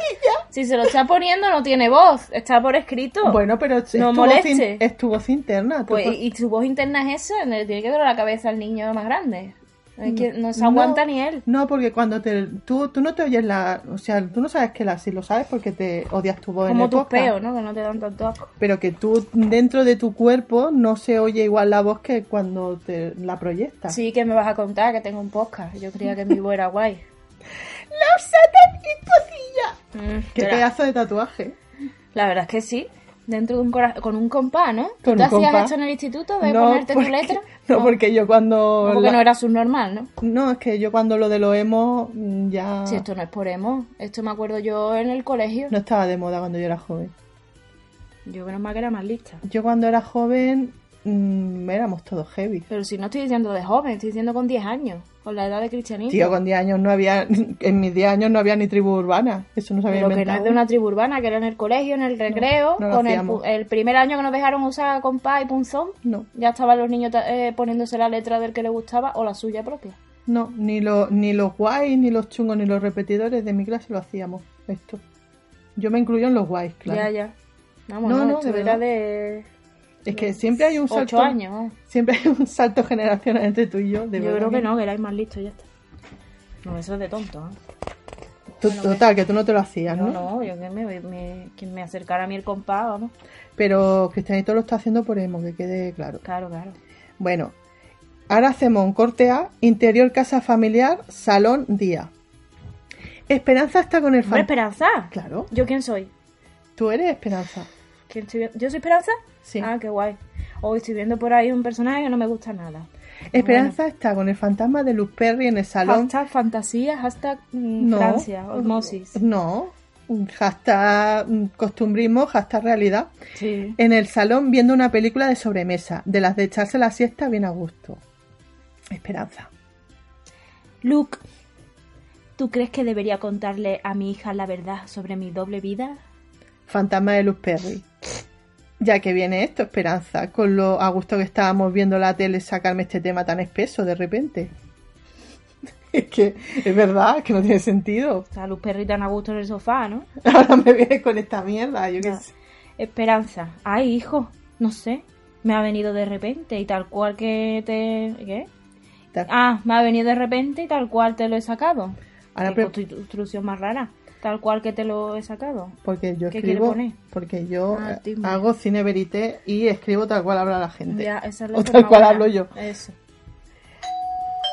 Speaker 2: si se lo está poniendo, no tiene voz. Está por escrito.
Speaker 1: Bueno, pero es,
Speaker 2: No
Speaker 1: tu voz in-
Speaker 2: moleste.
Speaker 1: es tu voz interna. tú
Speaker 2: Pues,
Speaker 1: pon-
Speaker 2: y, y su voz interna es esa. Le tiene que doler la cabeza al niño más grande. Es que no se
Speaker 1: Mm, No.
Speaker 2: aguanta ni él.
Speaker 1: No, porque cuando te, tú, tú no te oyes la... O sea, tú no sabes que la... Si lo sabes porque te odias tu voz en
Speaker 2: Como
Speaker 1: Pues el
Speaker 2: tus
Speaker 1: podcast.
Speaker 2: peos, ¿no? Que no te dan tanto asco.
Speaker 1: Pero que tú, dentro de tu cuerpo, no se oye igual la voz que cuando te la proyectas.
Speaker 2: Sí, que me vas a contar que tengo un podcast. Yo creía que mi voz era guay. Mm,
Speaker 1: Qué
Speaker 2: verás.
Speaker 1: pedazo de tatuaje.
Speaker 2: La verdad es que sí. Dentro de un cora- con un compás, ¿no?
Speaker 1: Con
Speaker 2: ¿Tú
Speaker 1: un
Speaker 2: hacías
Speaker 1: compás.
Speaker 2: esto en el instituto de
Speaker 1: no,
Speaker 2: ponerte
Speaker 1: porque,
Speaker 2: tu letra?
Speaker 1: no, porque yo
Speaker 2: No,
Speaker 1: cuando...
Speaker 2: porque
Speaker 1: la-
Speaker 2: no era subnormal, ¿no?
Speaker 1: No, es que yo cuando lo de lo emo mm, ya...
Speaker 2: Si esto no es por emo. Esto me acuerdo yo en el colegio.
Speaker 1: No estaba de moda cuando yo era joven.
Speaker 2: Yo menos mal que era más lista.
Speaker 1: Yo cuando era joven mm, éramos todos heavy.
Speaker 2: Pero si no estoy diciendo de joven, estoy diciendo con 10 años. Con la edad de cristianismo.
Speaker 1: Tío, con 10 años no había, en mis 10 años no había ni tribu urbana. Eso no se había
Speaker 2: Pero que no
Speaker 1: inventado.
Speaker 2: es de una tribu urbana, que era en el colegio, en el recreo,
Speaker 1: no lo
Speaker 2: con el,
Speaker 1: hacíamos.
Speaker 2: pu- el primer año que nos dejaron usar compás y punzón,
Speaker 1: No,
Speaker 2: ya estaban los niños ta- eh, poniéndose la letra del que les gustaba o la suya propia.
Speaker 1: no, ni, lo- ni los guays, ni los chungos, ni los repetidores de mi clase lo hacíamos. Esto. Yo me incluyo en los guays, claro.
Speaker 2: Ya, ya. Vamos,
Speaker 1: No,
Speaker 2: no,
Speaker 1: no,
Speaker 2: esto
Speaker 1: de
Speaker 2: era
Speaker 1: verdad.
Speaker 2: de
Speaker 1: Es que siempre hay un
Speaker 2: 8
Speaker 1: salto.
Speaker 2: años. vamos.
Speaker 1: Siempre hay un salto generacional entre tú y yo. De
Speaker 2: Yo
Speaker 1: verdad
Speaker 2: creo que no, que erais más listos y ya está. No, eso es de tonto. ¿eh?
Speaker 1: Tú- total, que tú no te lo hacías,
Speaker 2: No,
Speaker 1: ¿no?
Speaker 2: no, yo que me, me- que me acercara a mí el compás, vamos.
Speaker 1: Pero Cristianito lo está haciendo por emo, que quede claro.
Speaker 2: Claro, claro.
Speaker 1: Bueno, ahora hacemos un corte A, interior casa familiar, salón día. Esperanza está con el
Speaker 2: Hombre,
Speaker 1: fan.
Speaker 2: Esperanza.
Speaker 1: Claro,
Speaker 2: ¿Yo quién soy?
Speaker 1: tú eres Esperanza.
Speaker 2: ¿Quién estoy vi- ¿Yo soy Esperanza?
Speaker 1: Sí.
Speaker 2: Ah, qué guay. Hoy estoy viendo por ahí un personaje que no me gusta nada.
Speaker 1: Esperanza está con el fantasma de Luz Perry en el salón.
Speaker 2: Hashtag fantasía, hashtag mm,
Speaker 1: No.
Speaker 2: Francia, osmosis.
Speaker 1: No. Hashtag mm, costumbrismo, hashtag realidad.
Speaker 2: Sí.
Speaker 1: En el salón viendo una película de sobremesa, de las de echarse la siesta bien a gusto. Esperanza.
Speaker 2: Luke, ¿Tú crees que debería contarle a mi hija la verdad sobre mi doble vida?
Speaker 1: Fantasma de Luz Perry. Ya que viene esto, Esperanza, con lo a gusto que estábamos viendo la tele sacarme este tema tan espeso de repente. Es que es verdad, es que no tiene sentido.
Speaker 2: Está Luz Perry tan a gusto en el sofá, ¿no?
Speaker 1: Ahora me vienes con esta mierda, yo qué
Speaker 2: Ya.
Speaker 1: sé.
Speaker 2: Esperanza. Ay, hijo, no sé. Me ha venido de repente y tal cual que te... ¿Qué?
Speaker 1: Ta-
Speaker 2: Ah, me ha venido de repente y tal cual te lo he sacado.
Speaker 1: Ahora
Speaker 2: Qué
Speaker 1: pre-
Speaker 2: constru- instrucción más rara. Tal cual que te lo he sacado.
Speaker 1: Porque yo
Speaker 2: ¿Qué
Speaker 1: escribo,
Speaker 2: quiere poner?
Speaker 1: porque yo
Speaker 2: Ah,
Speaker 1: eh,
Speaker 2: dime.
Speaker 1: hago cine verité y escribo tal cual habla la gente.
Speaker 2: Ya, esa es la
Speaker 1: o
Speaker 2: forma
Speaker 1: tal cual
Speaker 2: buena.
Speaker 1: hablo yo.
Speaker 2: Eso.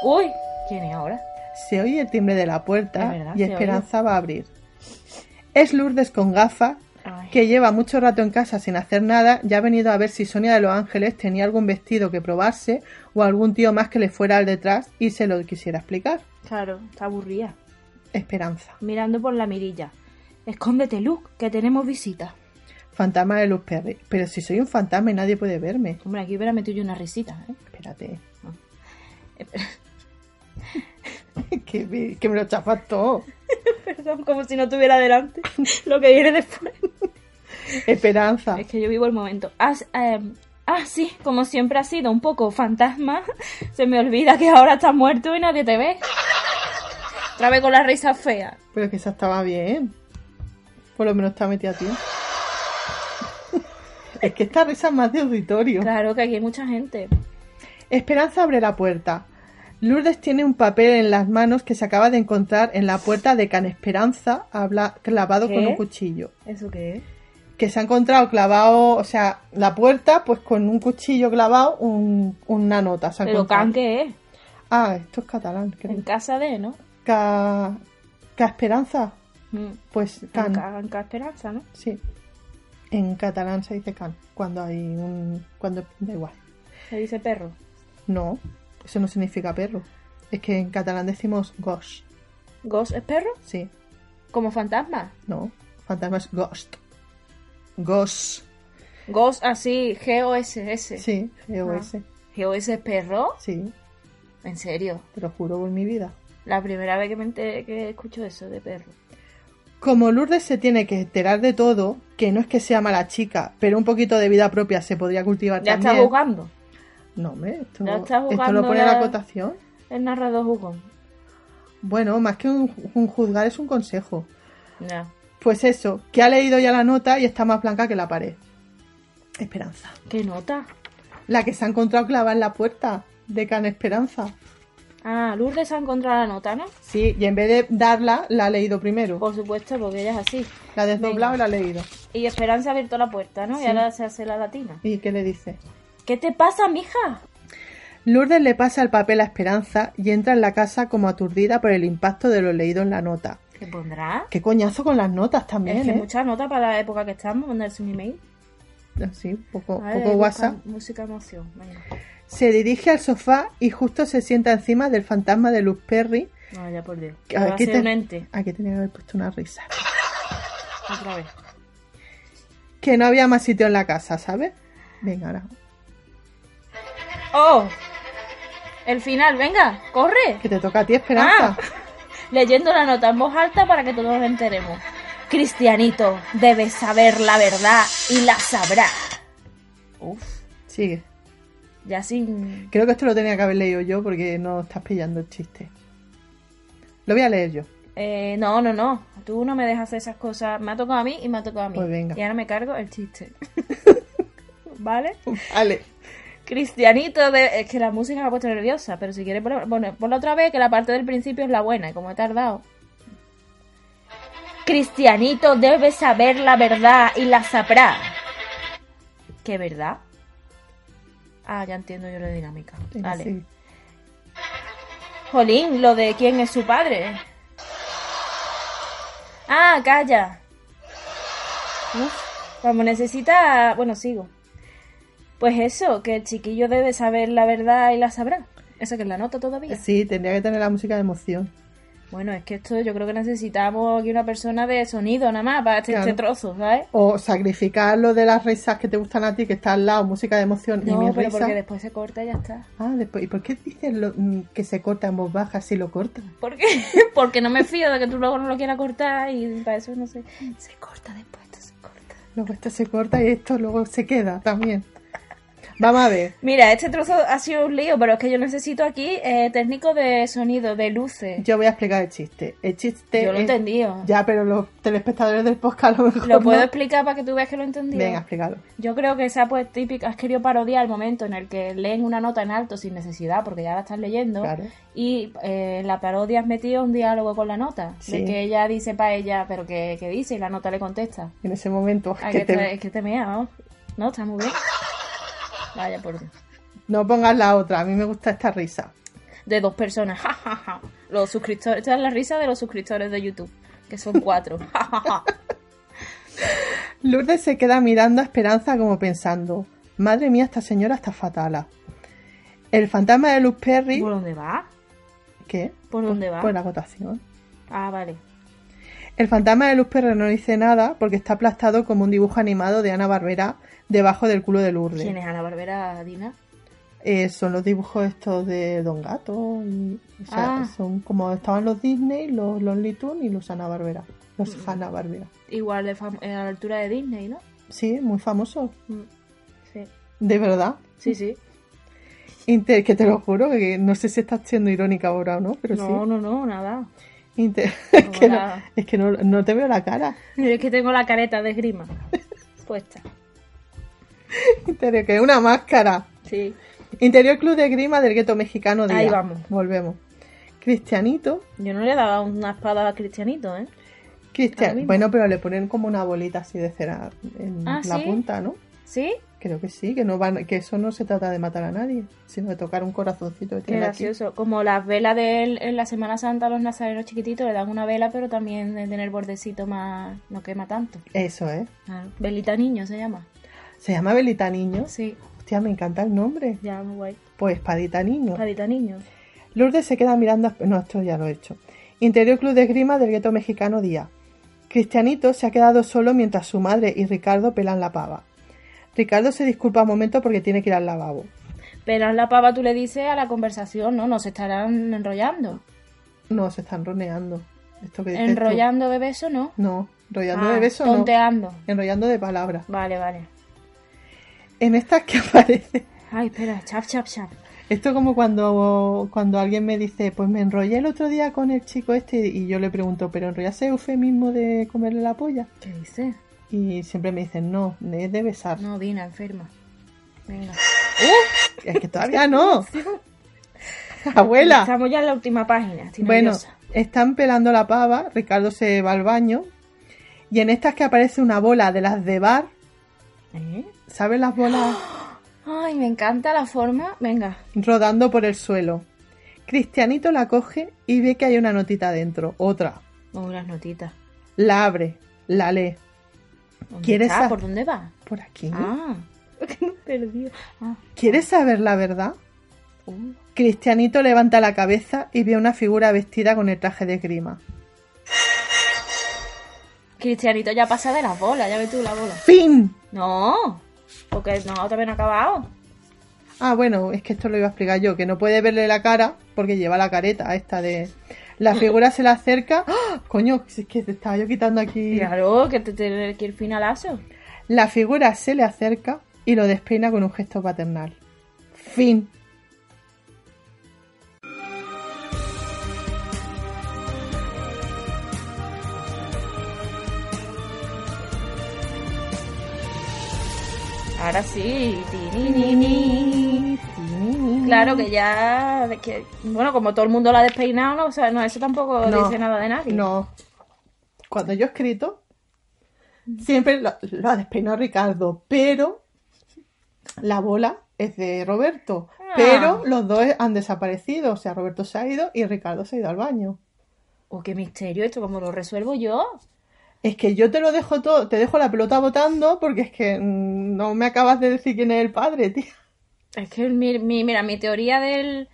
Speaker 2: Uy, ¿quién es ahora?
Speaker 1: Se oye el timbre de la puerta
Speaker 2: Es verdad,
Speaker 1: y
Speaker 2: se
Speaker 1: Esperanza va a abrir. Es Lourdes con gafa,
Speaker 2: Ay.
Speaker 1: que lleva mucho rato en casa sin hacer nada y ha venido a ver si Sonia de Los Ángeles tenía algún vestido que probarse o algún tío más que le fuera al detrás y se lo quisiera explicar.
Speaker 2: Claro, está aburrida.
Speaker 1: Esperanza.
Speaker 2: Mirando por la mirilla. Escóndete, Luke, que tenemos visita.
Speaker 1: Fantasma de Luz Perry. Pero si soy un fantasma y nadie puede verme.
Speaker 2: Hombre, aquí hubiera metido yo una risita, ¿eh?
Speaker 1: Espérate.
Speaker 2: Ah.
Speaker 1: que, me, que me lo chafas todo.
Speaker 2: Perdón, como si no tuviera delante lo que viene después.
Speaker 1: Esperanza.
Speaker 2: Es que yo vivo el momento. Ah, s- em, ah, sí, como siempre ha sido un poco fantasma, se me olvida que ahora estás muerto y nadie te ve. Otra vez con la risa fea.
Speaker 1: Pero que esa estaba bien. Por lo menos está metida a ti. es que esta risa es más de auditorio.
Speaker 2: Claro que aquí hay mucha gente.
Speaker 1: Esperanza abre la puerta. Lourdes tiene un papel en las manos que se acaba de encontrar en la puerta de Can Esperanza, habla- clavado
Speaker 2: ¿Qué?
Speaker 1: con un cuchillo.
Speaker 2: ¿Eso qué es?
Speaker 1: Que se ha encontrado clavado, o sea, la puerta, pues con un cuchillo clavado, un- una nota. se ha
Speaker 2: Pero
Speaker 1: encontrado.
Speaker 2: can que es.
Speaker 1: Ah, esto es catalán, creo.
Speaker 2: En casa de, ¿no?
Speaker 1: Ca... Ca Esperanza,
Speaker 2: Mm.
Speaker 1: pues
Speaker 2: En,
Speaker 1: can,
Speaker 2: ca, en Ca Esperanza, ¿no?
Speaker 1: sí. En catalán se dice can, cuando hay un... cuando... da igual.
Speaker 2: Se dice perro.
Speaker 1: No, eso no significa perro. Es que en catalán decimos gosh,
Speaker 2: ¿Ghost es perro?
Speaker 1: sí.
Speaker 2: ¿Como fantasma?
Speaker 1: No, fantasma es ghost. Ghost,
Speaker 2: Ghost así, G-O-S-S.
Speaker 1: sí, G-O-S,
Speaker 2: Ah. ¿G-O-S es perro?
Speaker 1: sí.
Speaker 2: ¿En serio?
Speaker 1: Te lo juro por mi vida.
Speaker 2: La primera vez que me enteré que escucho eso de perro.
Speaker 1: Como Lourdes se tiene que enterar de todo, que no es que sea mala chica, pero un poquito de vida propia se podría cultivar
Speaker 2: Ya está
Speaker 1: también.
Speaker 2: jugando.
Speaker 1: No, hombre, esto,
Speaker 2: Ya está
Speaker 1: esto lo
Speaker 2: jugando
Speaker 1: pone la
Speaker 2: la-
Speaker 1: acotación.
Speaker 2: El narrador jugón.
Speaker 1: Bueno, más que un, un juzgar es un consejo.
Speaker 2: Ya.
Speaker 1: Pues eso, que ha leído ya la nota y está más blanca que la pared. Esperanza.
Speaker 2: ¿Qué nota?
Speaker 1: La que se ha encontrado clavada en la puerta de Can Esperanza.
Speaker 2: Ah, Lourdes ha encontrado la nota, ¿no?
Speaker 1: Sí, y en vez de darla, la ha leído primero.
Speaker 2: Por supuesto, porque ella es así.
Speaker 1: La ha desdoblado y la ha leído.
Speaker 2: Y Esperanza ha abierto la puerta, ¿no?
Speaker 1: Sí.
Speaker 2: Y ahora se hace la latina.
Speaker 1: ¿Y qué le dice?
Speaker 2: ¿Qué te pasa, mija?
Speaker 1: Lourdes le pasa el papel a Esperanza y entra en la casa como aturdida por el impacto de lo leído en la nota.
Speaker 2: ¿Qué pondrá?
Speaker 1: Qué coñazo con las notas también,
Speaker 2: es que
Speaker 1: ¿eh?
Speaker 2: muchas notas para la época que estamos, mandarse un email.
Speaker 1: Así, poco,
Speaker 2: A ver,
Speaker 1: poco
Speaker 2: ahí busca
Speaker 1: WhatsApp.
Speaker 2: Música emoción, venga.
Speaker 1: Se dirige al sofá y justo se sienta encima del fantasma de Luz Perry.
Speaker 2: No, ya por Dios.
Speaker 1: Que
Speaker 2: Va a
Speaker 1: aquí
Speaker 2: ser
Speaker 1: te-
Speaker 2: un ente,
Speaker 1: Aquí tenía que haber puesto una risa.
Speaker 2: otra vez.
Speaker 1: Que no había más sitio en la casa, ¿sabes? Venga, ahora.
Speaker 2: ¡Oh! El final, venga, corre.
Speaker 1: Que te toca a ti, Esperanza.
Speaker 2: Ah. Leyendo la nota en voz alta para que todos nos enteremos. Cristianito, debes saber la verdad y la sabrás. Uf,
Speaker 1: Sigue.
Speaker 2: ya sin...
Speaker 1: Creo que esto lo tenía que haber leído yo porque no estás pillando el chiste. Lo voy a leer yo.
Speaker 2: Eh, no, no, no. Tú no me dejas hacer esas cosas. Me ha tocado a mí y me ha tocado a mí.
Speaker 1: Pues venga.
Speaker 2: Y ahora me cargo el chiste. ¿Vale?
Speaker 1: Vale.
Speaker 2: Cristianito, de... es que la música me ha puesto nerviosa, pero si quieres poner- bueno, ponla otra vez, que la parte del principio es la buena, y como he tardado. Cristianito debe saber la verdad y la sabrá. ¿Qué verdad? Ah, ya entiendo yo la dinámica.
Speaker 1: Venga,
Speaker 2: Vale.
Speaker 1: sigue.
Speaker 2: Jolín, lo de quién es su padre. Ah, calla. Uf, vamos, necesita... Bueno, sigo. Pues eso, que el chiquillo debe saber la verdad y la sabrá. Esa que es la nota todavía.
Speaker 1: Sí, tendría que tener la música de emoción.
Speaker 2: Bueno, es que esto yo creo que necesitamos aquí una persona de sonido nada más para este,
Speaker 1: Claro.
Speaker 2: este trozo, ¿sabes?
Speaker 1: O sacrificar lo de las risas que te gustan a ti, que está al lado, música de emoción y
Speaker 2: No,
Speaker 1: mis
Speaker 2: pero
Speaker 1: risas.
Speaker 2: porque después se corta y ya está.
Speaker 1: Ah, después, ¿y por qué dices lo- mm, que se corta en voz baja si lo corta?
Speaker 2: ¿Por qué? Porque no me fío de que tú luego no lo quieras cortar y para eso no sé. Se corta después, esto se corta.
Speaker 1: Luego esto se corta y esto luego se queda también. Vamos a ver.
Speaker 2: Mira, este trozo ha sido un lío, pero es que yo necesito aquí eh, técnico de sonido, de luces.
Speaker 1: Yo voy a explicar el chiste. El chiste
Speaker 2: Yo lo he
Speaker 1: es-
Speaker 2: entendido.
Speaker 1: Ya, pero los telespectadores del podcast a lo mejor
Speaker 2: ¿Lo
Speaker 1: no.
Speaker 2: puedo explicar para que tú veas que lo he entendido?
Speaker 1: Venga, explícalo.
Speaker 2: Yo creo que esa pues típica, has querido parodiar el momento en el que leen una nota en alto sin necesidad, porque ya la estás leyendo,
Speaker 1: Claro.
Speaker 2: y eh, en la parodia has metido un diálogo con la nota,
Speaker 1: Sí.
Speaker 2: de que ella dice para ella, pero que, que dice, y la nota le contesta.
Speaker 1: En ese momento
Speaker 2: Ay,
Speaker 1: que
Speaker 2: Ah, que
Speaker 1: te-
Speaker 2: te- es que te mea, vamos. No, está muy bien. Vaya, por Dios.
Speaker 1: no pongas la otra. A mí me gusta esta risa.
Speaker 2: De dos personas, ja, ja, ja. Los suscriptores, esta es la risa de los suscriptores de YouTube, que son cuatro. Ja, ja, ja.
Speaker 1: Lourdes se queda mirando a Esperanza como pensando, madre mía, esta señora está fatala. El fantasma de Luz Perry,
Speaker 2: ¿Por dónde va?
Speaker 1: ¿qué?
Speaker 2: ¿Por dónde va?
Speaker 1: Por la acotación.
Speaker 2: Ah, vale.
Speaker 1: El fantasma de Luz Perry no dice nada porque está aplastado como un dibujo animado de Ana Barbera debajo del culo de Lourdes.
Speaker 2: ¿Quién es Ana Barbera, Dina?
Speaker 1: Eh, son los dibujos estos de Don Gato. y- o sea,
Speaker 2: Ah.
Speaker 1: son como estaban los Disney, los Lonely Tunes y los Ana Barbera. Los Hanna Barbera.
Speaker 2: Igual de fam- eh, a la altura de Disney, ¿no?
Speaker 1: Sí, muy famosos.
Speaker 2: Sí,
Speaker 1: De verdad.
Speaker 2: sí. sí.
Speaker 1: Inter- que te lo juro, que no sé si estás siendo irónica ahora o no, pero
Speaker 2: no,
Speaker 1: sí.
Speaker 2: no, no, nada.
Speaker 1: Inte- es que, no,
Speaker 2: Hola.
Speaker 1: es que no, no te veo la cara.
Speaker 2: Yo es que tengo la careta de esgrima puesta.
Speaker 1: Interior, que es una máscara.
Speaker 2: Sí.
Speaker 1: Interior Club de Grima del gueto mexicano de
Speaker 2: Ahí vamos.
Speaker 1: Volvemos. Cristianito.
Speaker 2: Yo no le daba una espada a Cristianito, ¿eh? Ahora
Speaker 1: Cristian.
Speaker 2: mismo.
Speaker 1: Bueno, pero le ponen como una bolita así de cera en
Speaker 2: Ah,
Speaker 1: la
Speaker 2: ¿sí?
Speaker 1: punta, ¿no?
Speaker 2: ¿Sí?
Speaker 1: Creo que sí, que no van, que eso no se trata de matar a nadie, sino de tocar un corazoncito que
Speaker 2: Qué
Speaker 1: tiene aquí.
Speaker 2: gracioso. Como las velas de él en la Semana Santa a los nazarenos chiquititos le dan una vela, pero también de tener bordecito más... no quema tanto.
Speaker 1: Eso es.
Speaker 2: Claro. Velita niño se llama.
Speaker 1: Se llama Belita Niño.
Speaker 2: Sí,
Speaker 1: Hostia, me encanta el nombre.
Speaker 2: ya, muy guay.
Speaker 1: Pues Espadita Niño.
Speaker 2: Espadita niño.
Speaker 1: Lourdes se queda mirando. a- No, esto ya lo he hecho. Interior Club de Esgrima del Gueto Mexicano Día. Cristianito se ha quedado solo mientras su madre y Ricardo pelan la pava. Ricardo se disculpa un momento porque tiene que ir al lavabo.
Speaker 2: Pero la pava tú le dices a la conversación, ¿no? Nos estarán enrollando.
Speaker 1: No, se están roneando. Esto que Ah, pues dices tú.
Speaker 2: Enrollando de beso, ¿no?
Speaker 1: No, enrollando
Speaker 2: Ah,
Speaker 1: de besos no.
Speaker 2: Tonteando.
Speaker 1: Enrollando de palabras.
Speaker 2: Vale, vale.
Speaker 1: En estas que aparece.
Speaker 2: Ay, espera, chap, chap, chap.
Speaker 1: Esto como cuando, cuando alguien me dice, pues me enrollé el otro día con el chico este y yo le pregunto, ¿pero enrollarse es eufemismo de comerle la polla?
Speaker 2: ¿Qué dices?
Speaker 1: Y siempre me dicen, no, es de besar.
Speaker 2: No, Dina, enferma. Venga.
Speaker 1: Es que todavía no. Abuela.
Speaker 2: Estamos ya en la última página. estoy
Speaker 1: Bueno,
Speaker 2: nerviosa.
Speaker 1: están pelando la pava, Ricardo se va al baño y en estas que aparece una bola de las de bar,
Speaker 2: ¿Eh?
Speaker 1: ¿sabes las bolas?
Speaker 2: Ay, me encanta la forma. Venga.
Speaker 1: rodando por el suelo. Cristianito la coge y ve que hay una notita dentro, otra.
Speaker 2: Oh, unas notitas.
Speaker 1: La abre, la lee.
Speaker 2: ¿Dónde
Speaker 1: ¿Quieres
Speaker 2: está?
Speaker 1: a-
Speaker 2: ¿Por dónde va?
Speaker 1: Por aquí.
Speaker 2: Ah. Perdido. Ah.
Speaker 1: ¿Quieres saber la verdad?
Speaker 2: uh.
Speaker 1: Cristianito levanta la cabeza y ve una figura vestida con el traje de grima.
Speaker 2: Cristianito ya pasa de las bolas. Ya ves tú la bola.
Speaker 1: ¡Fin!
Speaker 2: No. Porque no, todavía no ha acabado.
Speaker 1: Ah, bueno, es que esto lo iba a explicar yo, que no puede verle la cara porque lleva la careta esta de... La figura se le acerca. ¡Ah! Coño, si es que te estaba yo quitando aquí.
Speaker 2: Claro, que te tiene que ir finalazo.
Speaker 1: La figura se le acerca y lo despeina con un gesto paternal. Fin.
Speaker 2: Ahora sí. Ti, ni, ni, ni. Claro que ya, que, bueno, como todo el mundo la ha despeinado, ¿no? O sea, no, eso tampoco
Speaker 1: No,
Speaker 2: dice nada de nadie.
Speaker 1: No. Cuando yo he escrito, siempre lo, lo ha despeinado Ricardo, pero la bola es de Roberto.
Speaker 2: Ah.
Speaker 1: Pero los dos han desaparecido. O sea, Roberto se ha ido y Ricardo se ha ido al baño.
Speaker 2: Oh, qué misterio esto, ¿cómo lo resuelvo yo?
Speaker 1: Es que yo te lo dejo todo, te dejo la pelota votando porque es que mm, no me acabas de decir quién es el padre, tío.
Speaker 2: Es que mi, mi- mira, mi teoría del,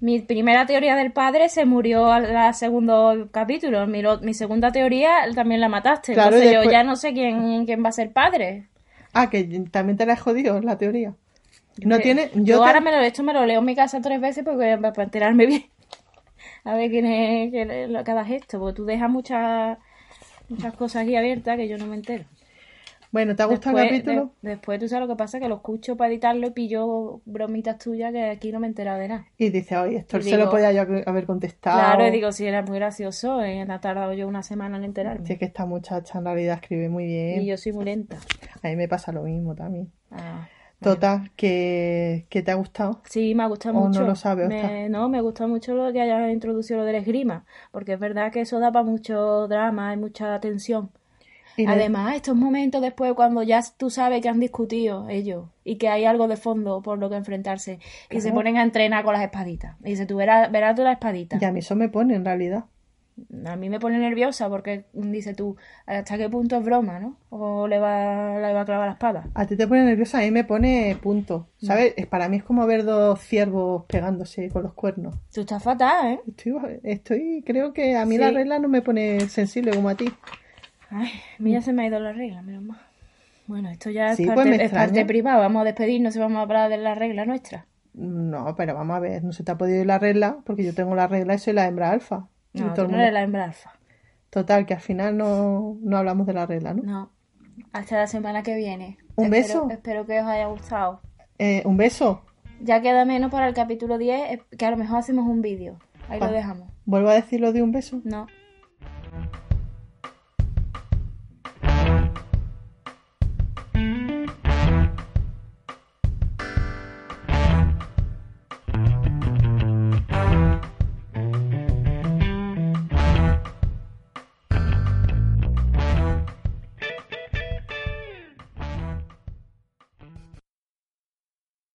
Speaker 2: mi primera teoría del padre se murió al segundo capítulo. Mi, lo- mi segunda teoría también la mataste.
Speaker 1: Claro,
Speaker 2: Entonces
Speaker 1: y
Speaker 2: yo
Speaker 1: después-
Speaker 2: ya no sé quién, quién va a ser padre.
Speaker 1: Ah, que también te la has jodido la teoría. No
Speaker 2: Que-
Speaker 1: tiene.
Speaker 2: Yo,
Speaker 1: te-
Speaker 2: ahora me lo, esto me lo leo en mi casa tres veces porque para, para enterarme bien. A ver quién es, quién es lo que hagas esto. Porque tú dejas muchas muchas cosas aquí abiertas que yo no me entero.
Speaker 1: Bueno, ¿te ha gustado el
Speaker 2: Después,
Speaker 1: capítulo?
Speaker 2: de- después tú sabes lo que pasa, que lo escucho para editarlo y pillo bromitas tuyas que aquí no me he enterado de nada.
Speaker 1: Y dice, oye, esto
Speaker 2: Y
Speaker 1: se
Speaker 2: digo-
Speaker 1: lo podía yo haber contestado.
Speaker 2: Claro, y digo, si era muy gracioso, eh, ha tardado yo una semana en enterarme.
Speaker 1: Sí, es que esta muchacha en realidad escribe muy bien.
Speaker 2: Y yo soy muy lenta.
Speaker 1: A mí me pasa lo mismo también.
Speaker 2: Ah.
Speaker 1: Total, que, que te ha gustado.
Speaker 2: Sí, me ha gustado
Speaker 1: O no
Speaker 2: mucho.
Speaker 1: lo sabe, o
Speaker 2: Me-
Speaker 1: está.
Speaker 2: no, me gusta mucho lo que hayas introducido lo del esgrima, porque es verdad que eso da para mucho drama, hay mucha tensión.
Speaker 1: Y le-
Speaker 2: Además, estos momentos después, cuando ya tú sabes que han discutido ellos y que hay algo de fondo por lo que enfrentarse, y se
Speaker 1: Claro.
Speaker 2: ponen a entrenar con las espaditas. Y dices, tú verás, verás tú la espadita.
Speaker 1: y a mí eso me pone en realidad.
Speaker 2: A mí me pone nerviosa porque mm, dices tú, ¿hasta qué punto es broma, no? O le va, le va a clavar la espada.
Speaker 1: A ti te pone nerviosa, a mí me pone punto.
Speaker 2: Mm.
Speaker 1: ¿Sabes? Es- Para mí es como ver dos ciervos pegándose con los cuernos.
Speaker 2: Tú estás fatal, ¿eh?
Speaker 1: Estoy, estoy creo que a mí la
Speaker 2: Sí.
Speaker 1: regla no me pone sensible como a ti.
Speaker 2: Ay, a mí ya se me ha ido la regla, menos mal. Bueno, esto ya es,
Speaker 1: Sí, pues
Speaker 2: parte,
Speaker 1: me
Speaker 2: es
Speaker 1: extraña.
Speaker 2: parte privada. Vamos a despedirnos y vamos a hablar de la regla nuestra.
Speaker 1: No, pero vamos a ver, no se te ha podido ir la regla porque yo tengo la regla y soy la hembra alfa. Y
Speaker 2: No,
Speaker 1: todo
Speaker 2: tú
Speaker 1: el
Speaker 2: no
Speaker 1: mundo-
Speaker 2: eres la hembra alfa.
Speaker 1: Total, que al final no, no hablamos de la regla, ¿no?
Speaker 2: No. Hasta la semana que viene.
Speaker 1: Un
Speaker 2: Espero-
Speaker 1: beso.
Speaker 2: Espero que os haya gustado.
Speaker 1: Eh, un beso.
Speaker 2: Ya queda menos para el capítulo 10, eh, que a lo mejor hacemos un vídeo. Ahí
Speaker 1: Ah.
Speaker 2: lo dejamos.
Speaker 1: Vuelvo a decir lo de un beso.
Speaker 2: No.